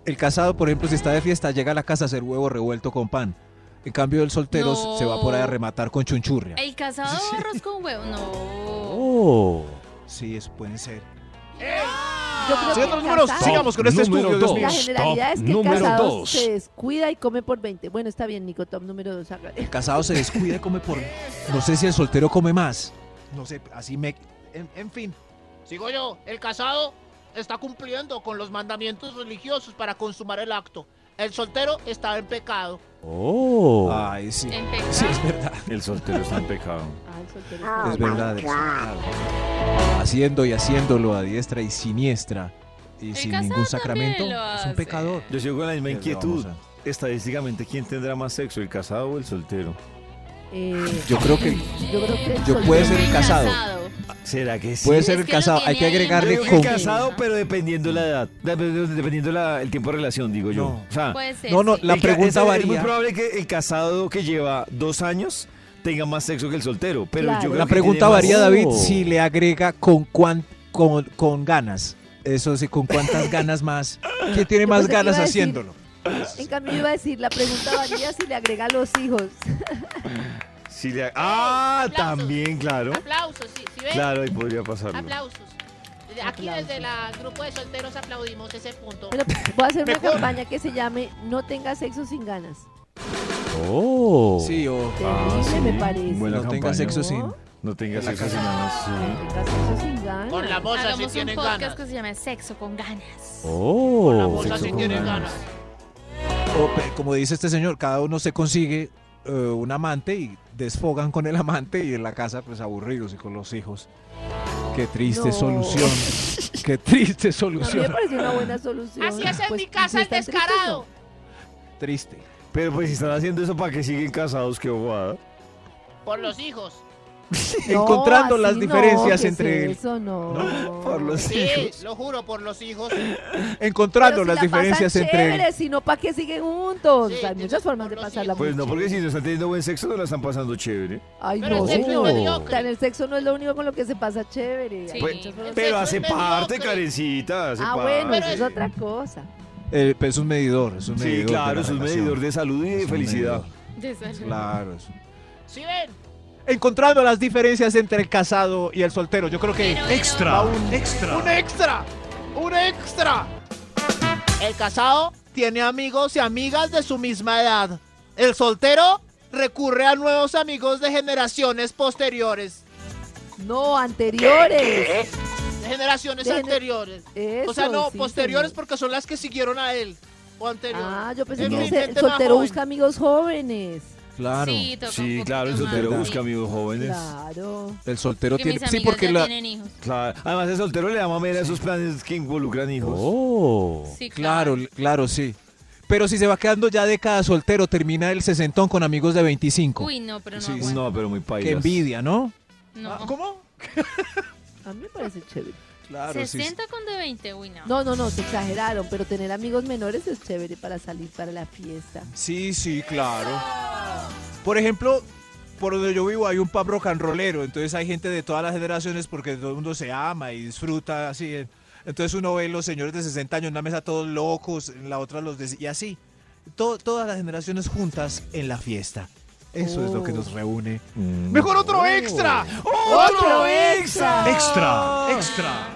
Speaker 6: el casado, por ejemplo, si está de fiesta, llega a la casa a hacer huevo revuelto con pan. En cambio, el soltero
Speaker 3: No.
Speaker 6: se va por ahí a rematar con chunchurria.
Speaker 3: El casado arroz con huevo. No.
Speaker 6: Oh. Sí, eso pueden ser.
Speaker 5: Yo creo
Speaker 11: Señor
Speaker 5: que el
Speaker 11: números,
Speaker 5: casado-
Speaker 11: sigamos con este
Speaker 4: Número
Speaker 11: estudio, Dios
Speaker 4: dos.
Speaker 11: mío.
Speaker 5: La generalidad
Speaker 4: Top
Speaker 5: es que el
Speaker 4: número
Speaker 5: casado
Speaker 4: dos.
Speaker 5: se descuida y come por 20. Bueno, está bien, Nico, top número 2.
Speaker 6: El casado se descuida y come por. No sé si el soltero come más.
Speaker 11: No sé, así me... En, en fin.
Speaker 12: Sigo yo, el casado está cumpliendo con los mandamientos religiosos para consumar el acto. El soltero está en pecado.
Speaker 6: Oh. Ay, sí.
Speaker 5: Eh.
Speaker 3: En pecado.
Speaker 6: Sí, es verdad.
Speaker 2: Ah, El soltero está en pecado.
Speaker 5: Ah. Oh,
Speaker 6: Es verdad. es verdad. Haciendo y haciéndolo a diestra y siniestra. Y sin
Speaker 3: casado
Speaker 6: ningún sacramento.
Speaker 3: también lo
Speaker 6: Es un
Speaker 3: hace.
Speaker 6: pecador.
Speaker 2: Yo sigo con la misma
Speaker 6: Perdón,
Speaker 2: inquietud.
Speaker 6: o sea.
Speaker 2: Estadísticamente, ¿quién tendrá más sexo, el casado o el soltero?
Speaker 6: Yo creo que.
Speaker 5: yo creo que el
Speaker 6: Eh, Yo puede ser el casado.
Speaker 2: ¿Será que sí?
Speaker 6: Puede ser
Speaker 3: Es
Speaker 6: el
Speaker 3: que lo
Speaker 6: casado. Hay
Speaker 3: tiene
Speaker 6: que
Speaker 3: ahí en
Speaker 6: agregarle
Speaker 3: el
Speaker 2: Yo digo que
Speaker 6: con-
Speaker 2: casado, pero dependiendo la edad, dep- dependiendo la- el tiempo de relación, digo yo.
Speaker 6: No.
Speaker 2: O sea,
Speaker 3: Puede ser.
Speaker 6: No, no,
Speaker 3: sí.
Speaker 6: la
Speaker 2: el ca- es-
Speaker 6: pregunta
Speaker 2: Es muy
Speaker 6: varía.
Speaker 2: probable que el casado que lleva dos años tenga más sexo que el soltero, pero
Speaker 5: Claro.
Speaker 2: yo creo
Speaker 6: La
Speaker 2: que tiene
Speaker 6: pregunta
Speaker 2: más-
Speaker 6: varía, David,
Speaker 13: Oh.
Speaker 6: si le agrega con cuán, con, con ganas. Eso sí, con cuántas [LAUGHS] ganas más. ¿Quién tiene
Speaker 5: Yo
Speaker 6: más
Speaker 5: pensé que
Speaker 6: ganas
Speaker 5: iba a decir-
Speaker 6: haciéndolo?
Speaker 5: En cambio, iba a decir, la pregunta varía si le agrega a los hijos.
Speaker 2: Si le- ah,
Speaker 12: Aplausos.
Speaker 2: también, claro.
Speaker 12: Aplausos, sí, ¿sí ven?
Speaker 2: Claro, ahí podría pasarlo.
Speaker 12: Aplausos. Aquí desde el grupo de solteros aplaudimos ese punto.
Speaker 5: Pero voy a hacer una campaña que se llame No tengas sexo sin ganas.
Speaker 13: Oh.
Speaker 6: Sí, o
Speaker 2: Ah,
Speaker 5: Terrible,
Speaker 2: sí,
Speaker 5: me parece.
Speaker 2: buena
Speaker 6: no tenga
Speaker 2: campaña.
Speaker 6: sexo
Speaker 5: No.
Speaker 6: sin.
Speaker 2: No tengas
Speaker 6: En la
Speaker 2: sexo
Speaker 6: casa.
Speaker 2: sin ganas, sí.
Speaker 5: No tengas sexo sin ganas.
Speaker 12: Con la moza si
Speaker 3: Hagamos un
Speaker 12: tienen
Speaker 3: podcast
Speaker 12: ganas.
Speaker 3: que se llame Sexo con ganas.
Speaker 12: Con la
Speaker 13: Oh.
Speaker 12: moza
Speaker 2: sexo
Speaker 12: si
Speaker 2: con
Speaker 12: tienen
Speaker 2: ganas.
Speaker 12: ganas.
Speaker 6: o pe- como dice este señor, cada uno se consigue eh, un amante y desfogan con el amante y en la casa, pues aburridos y con los hijos. Qué triste
Speaker 5: No.
Speaker 6: solución. Qué triste
Speaker 5: A mí me
Speaker 6: solución.
Speaker 5: parece una buena solución.
Speaker 12: Así es en
Speaker 5: Pues,
Speaker 12: mi casa
Speaker 5: si
Speaker 12: el
Speaker 5: están tristes,
Speaker 12: descarado.
Speaker 6: Triste.
Speaker 2: Pero pues si están haciendo eso para que siguen casados, qué bobada.
Speaker 12: Por los hijos.
Speaker 5: no.
Speaker 6: Encontrando
Speaker 5: No,
Speaker 6: las
Speaker 5: así
Speaker 6: diferencias
Speaker 5: no, ¿qué
Speaker 6: entre-
Speaker 5: es Eso
Speaker 6: [LAUGHS]
Speaker 5: no.
Speaker 2: Por los
Speaker 12: Sí,
Speaker 2: hijos.
Speaker 12: lo juro, por los hijos.
Speaker 6: Encontrando
Speaker 5: Pero si
Speaker 6: las
Speaker 5: la
Speaker 6: diferencias
Speaker 5: pasan
Speaker 6: entre.
Speaker 5: Chévere, si no, ¿para qué siguen juntos?
Speaker 12: Sí,
Speaker 5: Hay
Speaker 12: tienes
Speaker 5: muchas formas de
Speaker 12: por los
Speaker 5: pasarla
Speaker 2: Pues
Speaker 5: muy
Speaker 2: no, porque
Speaker 5: chévere.
Speaker 2: si no están teniendo buen sexo, no la están pasando chévere.
Speaker 5: Ay,
Speaker 12: Pero
Speaker 5: no,
Speaker 12: el sexo es
Speaker 5: señor.
Speaker 12: mediocre.
Speaker 5: O sea, El sexo no es lo único con lo que se pasa chévere.
Speaker 3: Sí.
Speaker 5: Hay
Speaker 2: Pues-
Speaker 5: muchas formas.
Speaker 2: Pero
Speaker 12: sexo
Speaker 2: hace
Speaker 12: es
Speaker 2: parte,
Speaker 12: mediocre.
Speaker 2: Karencita, hace
Speaker 5: Ah,
Speaker 2: parte.
Speaker 5: bueno, eso
Speaker 12: Pero-
Speaker 5: es otra cosa.
Speaker 6: Eh, pues es un medidor. Es un medidor
Speaker 2: Sí,
Speaker 6: de
Speaker 2: claro,
Speaker 6: la
Speaker 2: es un
Speaker 6: relación.
Speaker 2: medidor de salud y
Speaker 6: Es
Speaker 2: de
Speaker 6: un
Speaker 2: felicidad.
Speaker 6: medidor,
Speaker 3: De salud.
Speaker 6: Claro, es un-
Speaker 12: ¿Sí ven?
Speaker 11: Encontrando las diferencias entre el casado y el soltero. Yo creo que...
Speaker 3: Pero,
Speaker 4: Extra.
Speaker 11: va un-
Speaker 4: Extra.
Speaker 11: ¡Un extra! ¡Un extra!
Speaker 12: El casado tiene amigos y amigas de su misma edad. El soltero recurre a nuevos amigos de generaciones posteriores,
Speaker 5: No, anteriores.
Speaker 12: de generaciones
Speaker 5: De gener-
Speaker 12: anteriores.
Speaker 5: Eso,
Speaker 12: o sea, no,
Speaker 5: sí,
Speaker 12: posteriores
Speaker 5: señor.
Speaker 12: porque son las que siguieron a él o anteriores.
Speaker 5: Ah, yo pensé
Speaker 12: Es
Speaker 5: que
Speaker 12: mi
Speaker 5: ese- el
Speaker 12: mente más
Speaker 5: soltero
Speaker 12: joven.
Speaker 5: busca amigos jóvenes.
Speaker 4: Claro.
Speaker 3: Sí, toca un
Speaker 2: Sí,
Speaker 3: poquito
Speaker 2: claro, el soltero
Speaker 3: más.
Speaker 2: busca amigos jóvenes.
Speaker 5: Claro.
Speaker 4: El soltero
Speaker 3: Que
Speaker 4: tiene.
Speaker 3: mis
Speaker 4: Sí,
Speaker 3: amigas
Speaker 4: porque
Speaker 3: ya
Speaker 4: la.
Speaker 3: tienen hijos.
Speaker 2: Claro. Además, el soltero le da mamera a esos planes que involucran hijos.
Speaker 4: Oh.
Speaker 3: Sí,
Speaker 4: claro, claro, sí. Pero si se va quedando ya década soltero, termina el sesentón con amigos de 25.
Speaker 3: Uy, no, pero no.
Speaker 2: Sí,
Speaker 3: aguanto.
Speaker 2: no, pero muy pailas.
Speaker 4: Qué envidia, ¿no?
Speaker 3: No.
Speaker 4: ¿Cómo?
Speaker 5: A mí me parece chévere.
Speaker 4: Claro, sí.
Speaker 3: 60 con de 20, uy, no.
Speaker 5: No, no, no, se exageraron, pero tener amigos menores es chévere para salir para la fiesta.
Speaker 4: Sí, sí, claro.
Speaker 6: Por ejemplo, por donde yo vivo hay un pub rock and rollero, entonces hay gente de todas las generaciones porque todo el mundo se ama y disfruta así. eh. Entonces uno ve los señores de 60 años en una mesa todos locos, en la otra los de... y así. To- todas las generaciones juntas en la fiesta. Eso es lo que nos reúne.
Speaker 15: Oh.
Speaker 2: Mm.
Speaker 6: Oh.
Speaker 15: Mejor otro extra. Otro, extra.
Speaker 12: Extra,
Speaker 15: extra.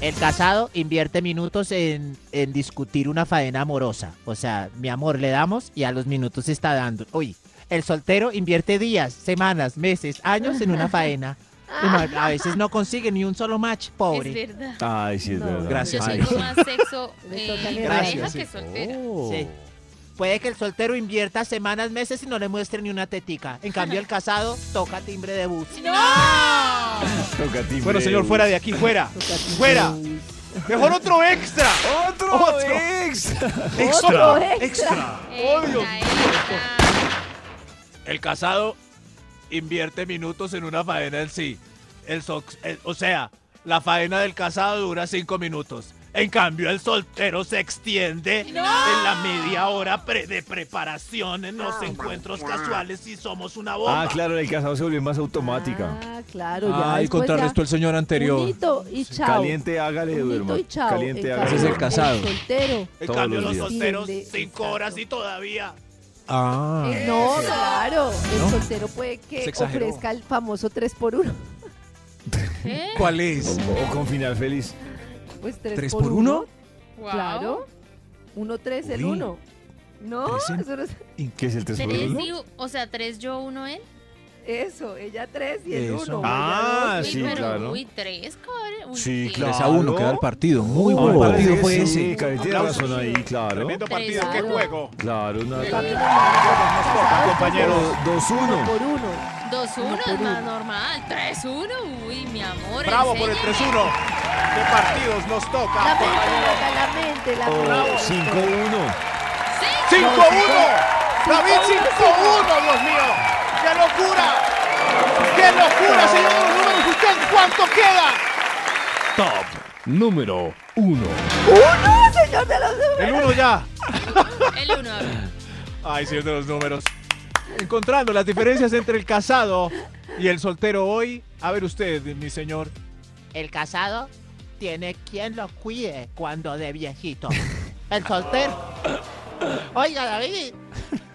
Speaker 12: El casado invierte minutos en, en discutir una faena amorosa. O sea, mi amor, le damos y a los minutos se está dando. Uy, el soltero invierte días, semanas, meses, años en una faena. Y no, A veces no consigue ni un solo match, pobre.
Speaker 3: Es verdad.
Speaker 2: Ay, sí, es verdad.
Speaker 12: Gracias.
Speaker 3: Yo
Speaker 12: Ay.
Speaker 3: tengo más sexo
Speaker 5: Le
Speaker 3: eh,
Speaker 5: toca
Speaker 3: en
Speaker 5: que
Speaker 3: pareja
Speaker 12: gracias.
Speaker 3: que soltera.
Speaker 2: Oh.
Speaker 12: Sí. Puede que el soltero invierta semanas, meses y no le muestre ni una tetica. En cambio, el casado toca timbre de bus.
Speaker 2: [LAUGHS] Toca timbre.
Speaker 6: Bueno, señor, fuera de aquí, fuera.
Speaker 15: [LAUGHS]
Speaker 6: Fuera.
Speaker 15: Mejor otro extra.
Speaker 2: Otro, extra.
Speaker 15: Extra.
Speaker 5: Ah,
Speaker 6: extra.
Speaker 2: ¡Oh,
Speaker 3: Obvio.
Speaker 6: El casado invierte minutos en una faena en sí. El so- el- o sea, la faena del casado dura cinco minutos. En cambio, el soltero se extiende en la media hora pre- de preparación en los encuentros casuales y somos una bomba.
Speaker 2: Ah, claro, en el casado se volvió más automática.
Speaker 5: Ah, claro, ya.
Speaker 4: Ah, y
Speaker 5: después ya
Speaker 4: contrarrestó el señor anterior.
Speaker 5: Unito y chao.
Speaker 2: Caliente, hágale, duerma.
Speaker 5: Unito y chao.
Speaker 2: Caliente,
Speaker 5: En
Speaker 2: hágale.
Speaker 4: Ese es el
Speaker 5: cambio,
Speaker 4: casado.
Speaker 5: el soltero.
Speaker 6: En
Speaker 2: Todos
Speaker 6: cambio,
Speaker 2: los
Speaker 6: los
Speaker 2: días.
Speaker 6: solteros
Speaker 5: Entiende,
Speaker 6: cinco horas y todavía.
Speaker 4: Ah.
Speaker 5: Eh, no, claro. El
Speaker 4: ¿No?
Speaker 5: soltero puede
Speaker 4: Se
Speaker 5: que
Speaker 4: exageró.
Speaker 5: ofrezca el famoso 3 por 1
Speaker 3: ¿Qué?
Speaker 4: ¿Cuál es?
Speaker 2: O con final feliz.
Speaker 5: [LAUGHS] Pues 3,
Speaker 4: ¿Tres
Speaker 5: por
Speaker 4: por
Speaker 5: 1
Speaker 4: uno?
Speaker 3: Wow.
Speaker 5: Claro. 1 3 el
Speaker 2: Uy.
Speaker 5: 1. No,
Speaker 2: Tres en-
Speaker 5: eso no es-
Speaker 2: ¿Qué es el 3 por
Speaker 3: Tres
Speaker 2: 1?
Speaker 3: y u- o sea, tres yo, uno él.
Speaker 5: eso, ella 3 y el
Speaker 2: Eso.
Speaker 5: 1.
Speaker 2: Ah,
Speaker 3: Uy,
Speaker 2: sí,
Speaker 3: pero,
Speaker 2: claro.
Speaker 3: Uy, tres, cabrón. Uy,
Speaker 2: Sí,
Speaker 3: qué-
Speaker 2: claro.
Speaker 4: 3 a 1 queda el partido. Oh. Muy buen
Speaker 2: Ahora
Speaker 4: partido
Speaker 2: sí,
Speaker 4: fue
Speaker 2: sí,
Speaker 4: ese.
Speaker 2: Karen, tiene
Speaker 15: Aplausos.
Speaker 2: razón ahí, claro.
Speaker 15: Tremendo
Speaker 3: Tres,
Speaker 15: partido. Qué
Speaker 3: claro.
Speaker 15: juego.
Speaker 2: Claro, una.
Speaker 15: compañero.
Speaker 2: 2-1.
Speaker 5: por 1.
Speaker 3: 2-1 es
Speaker 5: Perú.
Speaker 3: más normal. 3-1, uy, mi amor.
Speaker 15: Bravo por el
Speaker 3: enséñame.
Speaker 15: 3-1. ¿Qué partidos nos
Speaker 5: La
Speaker 15: toca?
Speaker 5: mente, la mente, la mente.
Speaker 2: 5-1.
Speaker 3: Sí.
Speaker 15: 5-1. David 5-1, Dios mío. ¡Qué locura! ¡Qué locura, señor de los números! ¿Usted cuánto queda?
Speaker 16: Top número 1.
Speaker 5: ¡Uno, ¡Oh, señor de los números!
Speaker 15: El 1 ya.
Speaker 3: El 1, a ver.
Speaker 6: Ay, señor de los números. Encontrando las diferencias entre el casado y el soltero hoy. A ver usted, mi señor.
Speaker 12: El casado tiene quien lo cuide cuando de
Speaker 2: [LAUGHS]
Speaker 12: viejito. El soltero. Oiga, David.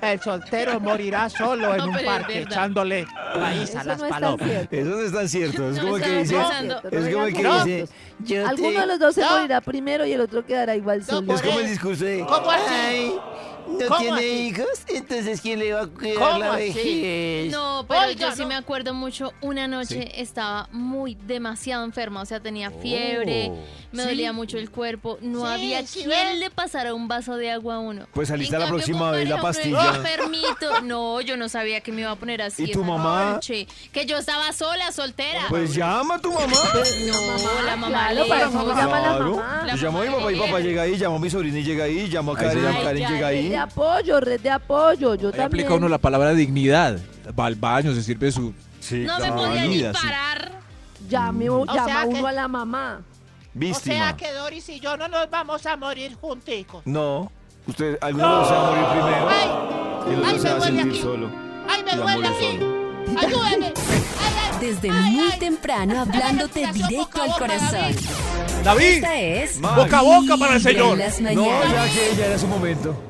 Speaker 12: El soltero morirá solo en
Speaker 3: No,
Speaker 12: un
Speaker 3: pero es
Speaker 12: parque
Speaker 3: verdad.
Speaker 12: echándole maíz a
Speaker 5: Eso
Speaker 12: las
Speaker 5: no es tan
Speaker 12: palomas.
Speaker 5: cierto.
Speaker 2: Eso no es tan cierto. Es como
Speaker 3: No,
Speaker 2: que
Speaker 3: estaba
Speaker 2: dice.
Speaker 3: pensando.
Speaker 2: Es como el que
Speaker 12: No.
Speaker 2: dice. yo
Speaker 5: Alguno
Speaker 2: te-
Speaker 5: de los dos se
Speaker 12: No.
Speaker 5: morirá primero y el otro quedará igual solo.
Speaker 2: Es como el discurso de.
Speaker 12: ¿Cómo así?
Speaker 2: "Ay, ¿No
Speaker 12: ¿Cómo
Speaker 2: tiene
Speaker 12: así?
Speaker 2: hijos? Entonces, ¿quién le va a cuidar
Speaker 12: ¿Cómo
Speaker 2: la
Speaker 12: así?
Speaker 2: vejez?
Speaker 3: No, pero
Speaker 12: Oiga,
Speaker 3: yo sí
Speaker 12: no.
Speaker 3: me acuerdo mucho. Una noche estaba muy demasiado enferma, o sea, tenía
Speaker 2: Oh.
Speaker 3: fiebre, me dolía mucho el cuerpo, no
Speaker 12: Sí,
Speaker 3: había
Speaker 12: sí,
Speaker 3: quien
Speaker 12: ¿ves?
Speaker 3: le pasara un vaso de agua a uno.
Speaker 2: Pues alista
Speaker 3: En
Speaker 2: la
Speaker 3: cambio,
Speaker 2: próxima
Speaker 3: con
Speaker 2: vez la
Speaker 3: pareja,
Speaker 2: pastilla.
Speaker 3: con
Speaker 2: [LAUGHS]
Speaker 3: enfermito. No, yo no sabía que me iba a poner así.
Speaker 2: ¿Y tu
Speaker 3: esa
Speaker 2: mamá?
Speaker 3: noche, que yo estaba sola, soltera.
Speaker 2: Pues llama a tu mamá.
Speaker 3: no, la mamá
Speaker 5: Claro,
Speaker 3: le-
Speaker 5: para eso
Speaker 3: no,
Speaker 5: llama la
Speaker 2: Claro.
Speaker 5: mamá.
Speaker 3: La
Speaker 2: Yo llamo a mi
Speaker 3: mamá
Speaker 2: papá y
Speaker 3: de
Speaker 2: papá
Speaker 3: él.
Speaker 2: llega ahí, llamo a mi sobrina y llega ahí, llamo a Karen,
Speaker 3: llama.
Speaker 2: Karen
Speaker 3: Ay, ya,
Speaker 2: llega
Speaker 5: Red
Speaker 2: ahí.
Speaker 5: de apoyo, red de apoyo. Yo
Speaker 4: Ahí
Speaker 5: también.
Speaker 4: aplica uno la palabra dignidad. Va al baño, se sirve su.
Speaker 2: Sí,
Speaker 3: No me
Speaker 4: Claro.
Speaker 3: podía ni
Speaker 4: Vida, sí.
Speaker 3: parar.
Speaker 5: Llame- llama
Speaker 12: sea que-
Speaker 5: uno a la mamá.
Speaker 12: O
Speaker 2: Víctima.
Speaker 12: sea que Doris y yo no nos vamos a morir junticos.
Speaker 2: No. Usted, alguno de los se va a morir primero
Speaker 12: ¡Ay!
Speaker 2: y el
Speaker 12: Ay,
Speaker 2: otro se va
Speaker 12: me
Speaker 2: a
Speaker 12: duele
Speaker 2: sentir
Speaker 12: aquí.
Speaker 2: solo.
Speaker 12: ¡Ay, me
Speaker 2: Y va a
Speaker 12: duele
Speaker 2: morir
Speaker 12: aquí!
Speaker 2: solo.
Speaker 12: ¡Ayúdeme!
Speaker 1: Desde muy temprano hablándote directo al corazón.
Speaker 6: David,
Speaker 1: Esta es
Speaker 6: boca a boca para
Speaker 1: Vibra
Speaker 6: el
Speaker 1: en
Speaker 6: señor.
Speaker 1: las
Speaker 2: No,
Speaker 1: mañanas.
Speaker 2: ya que ya era su momento.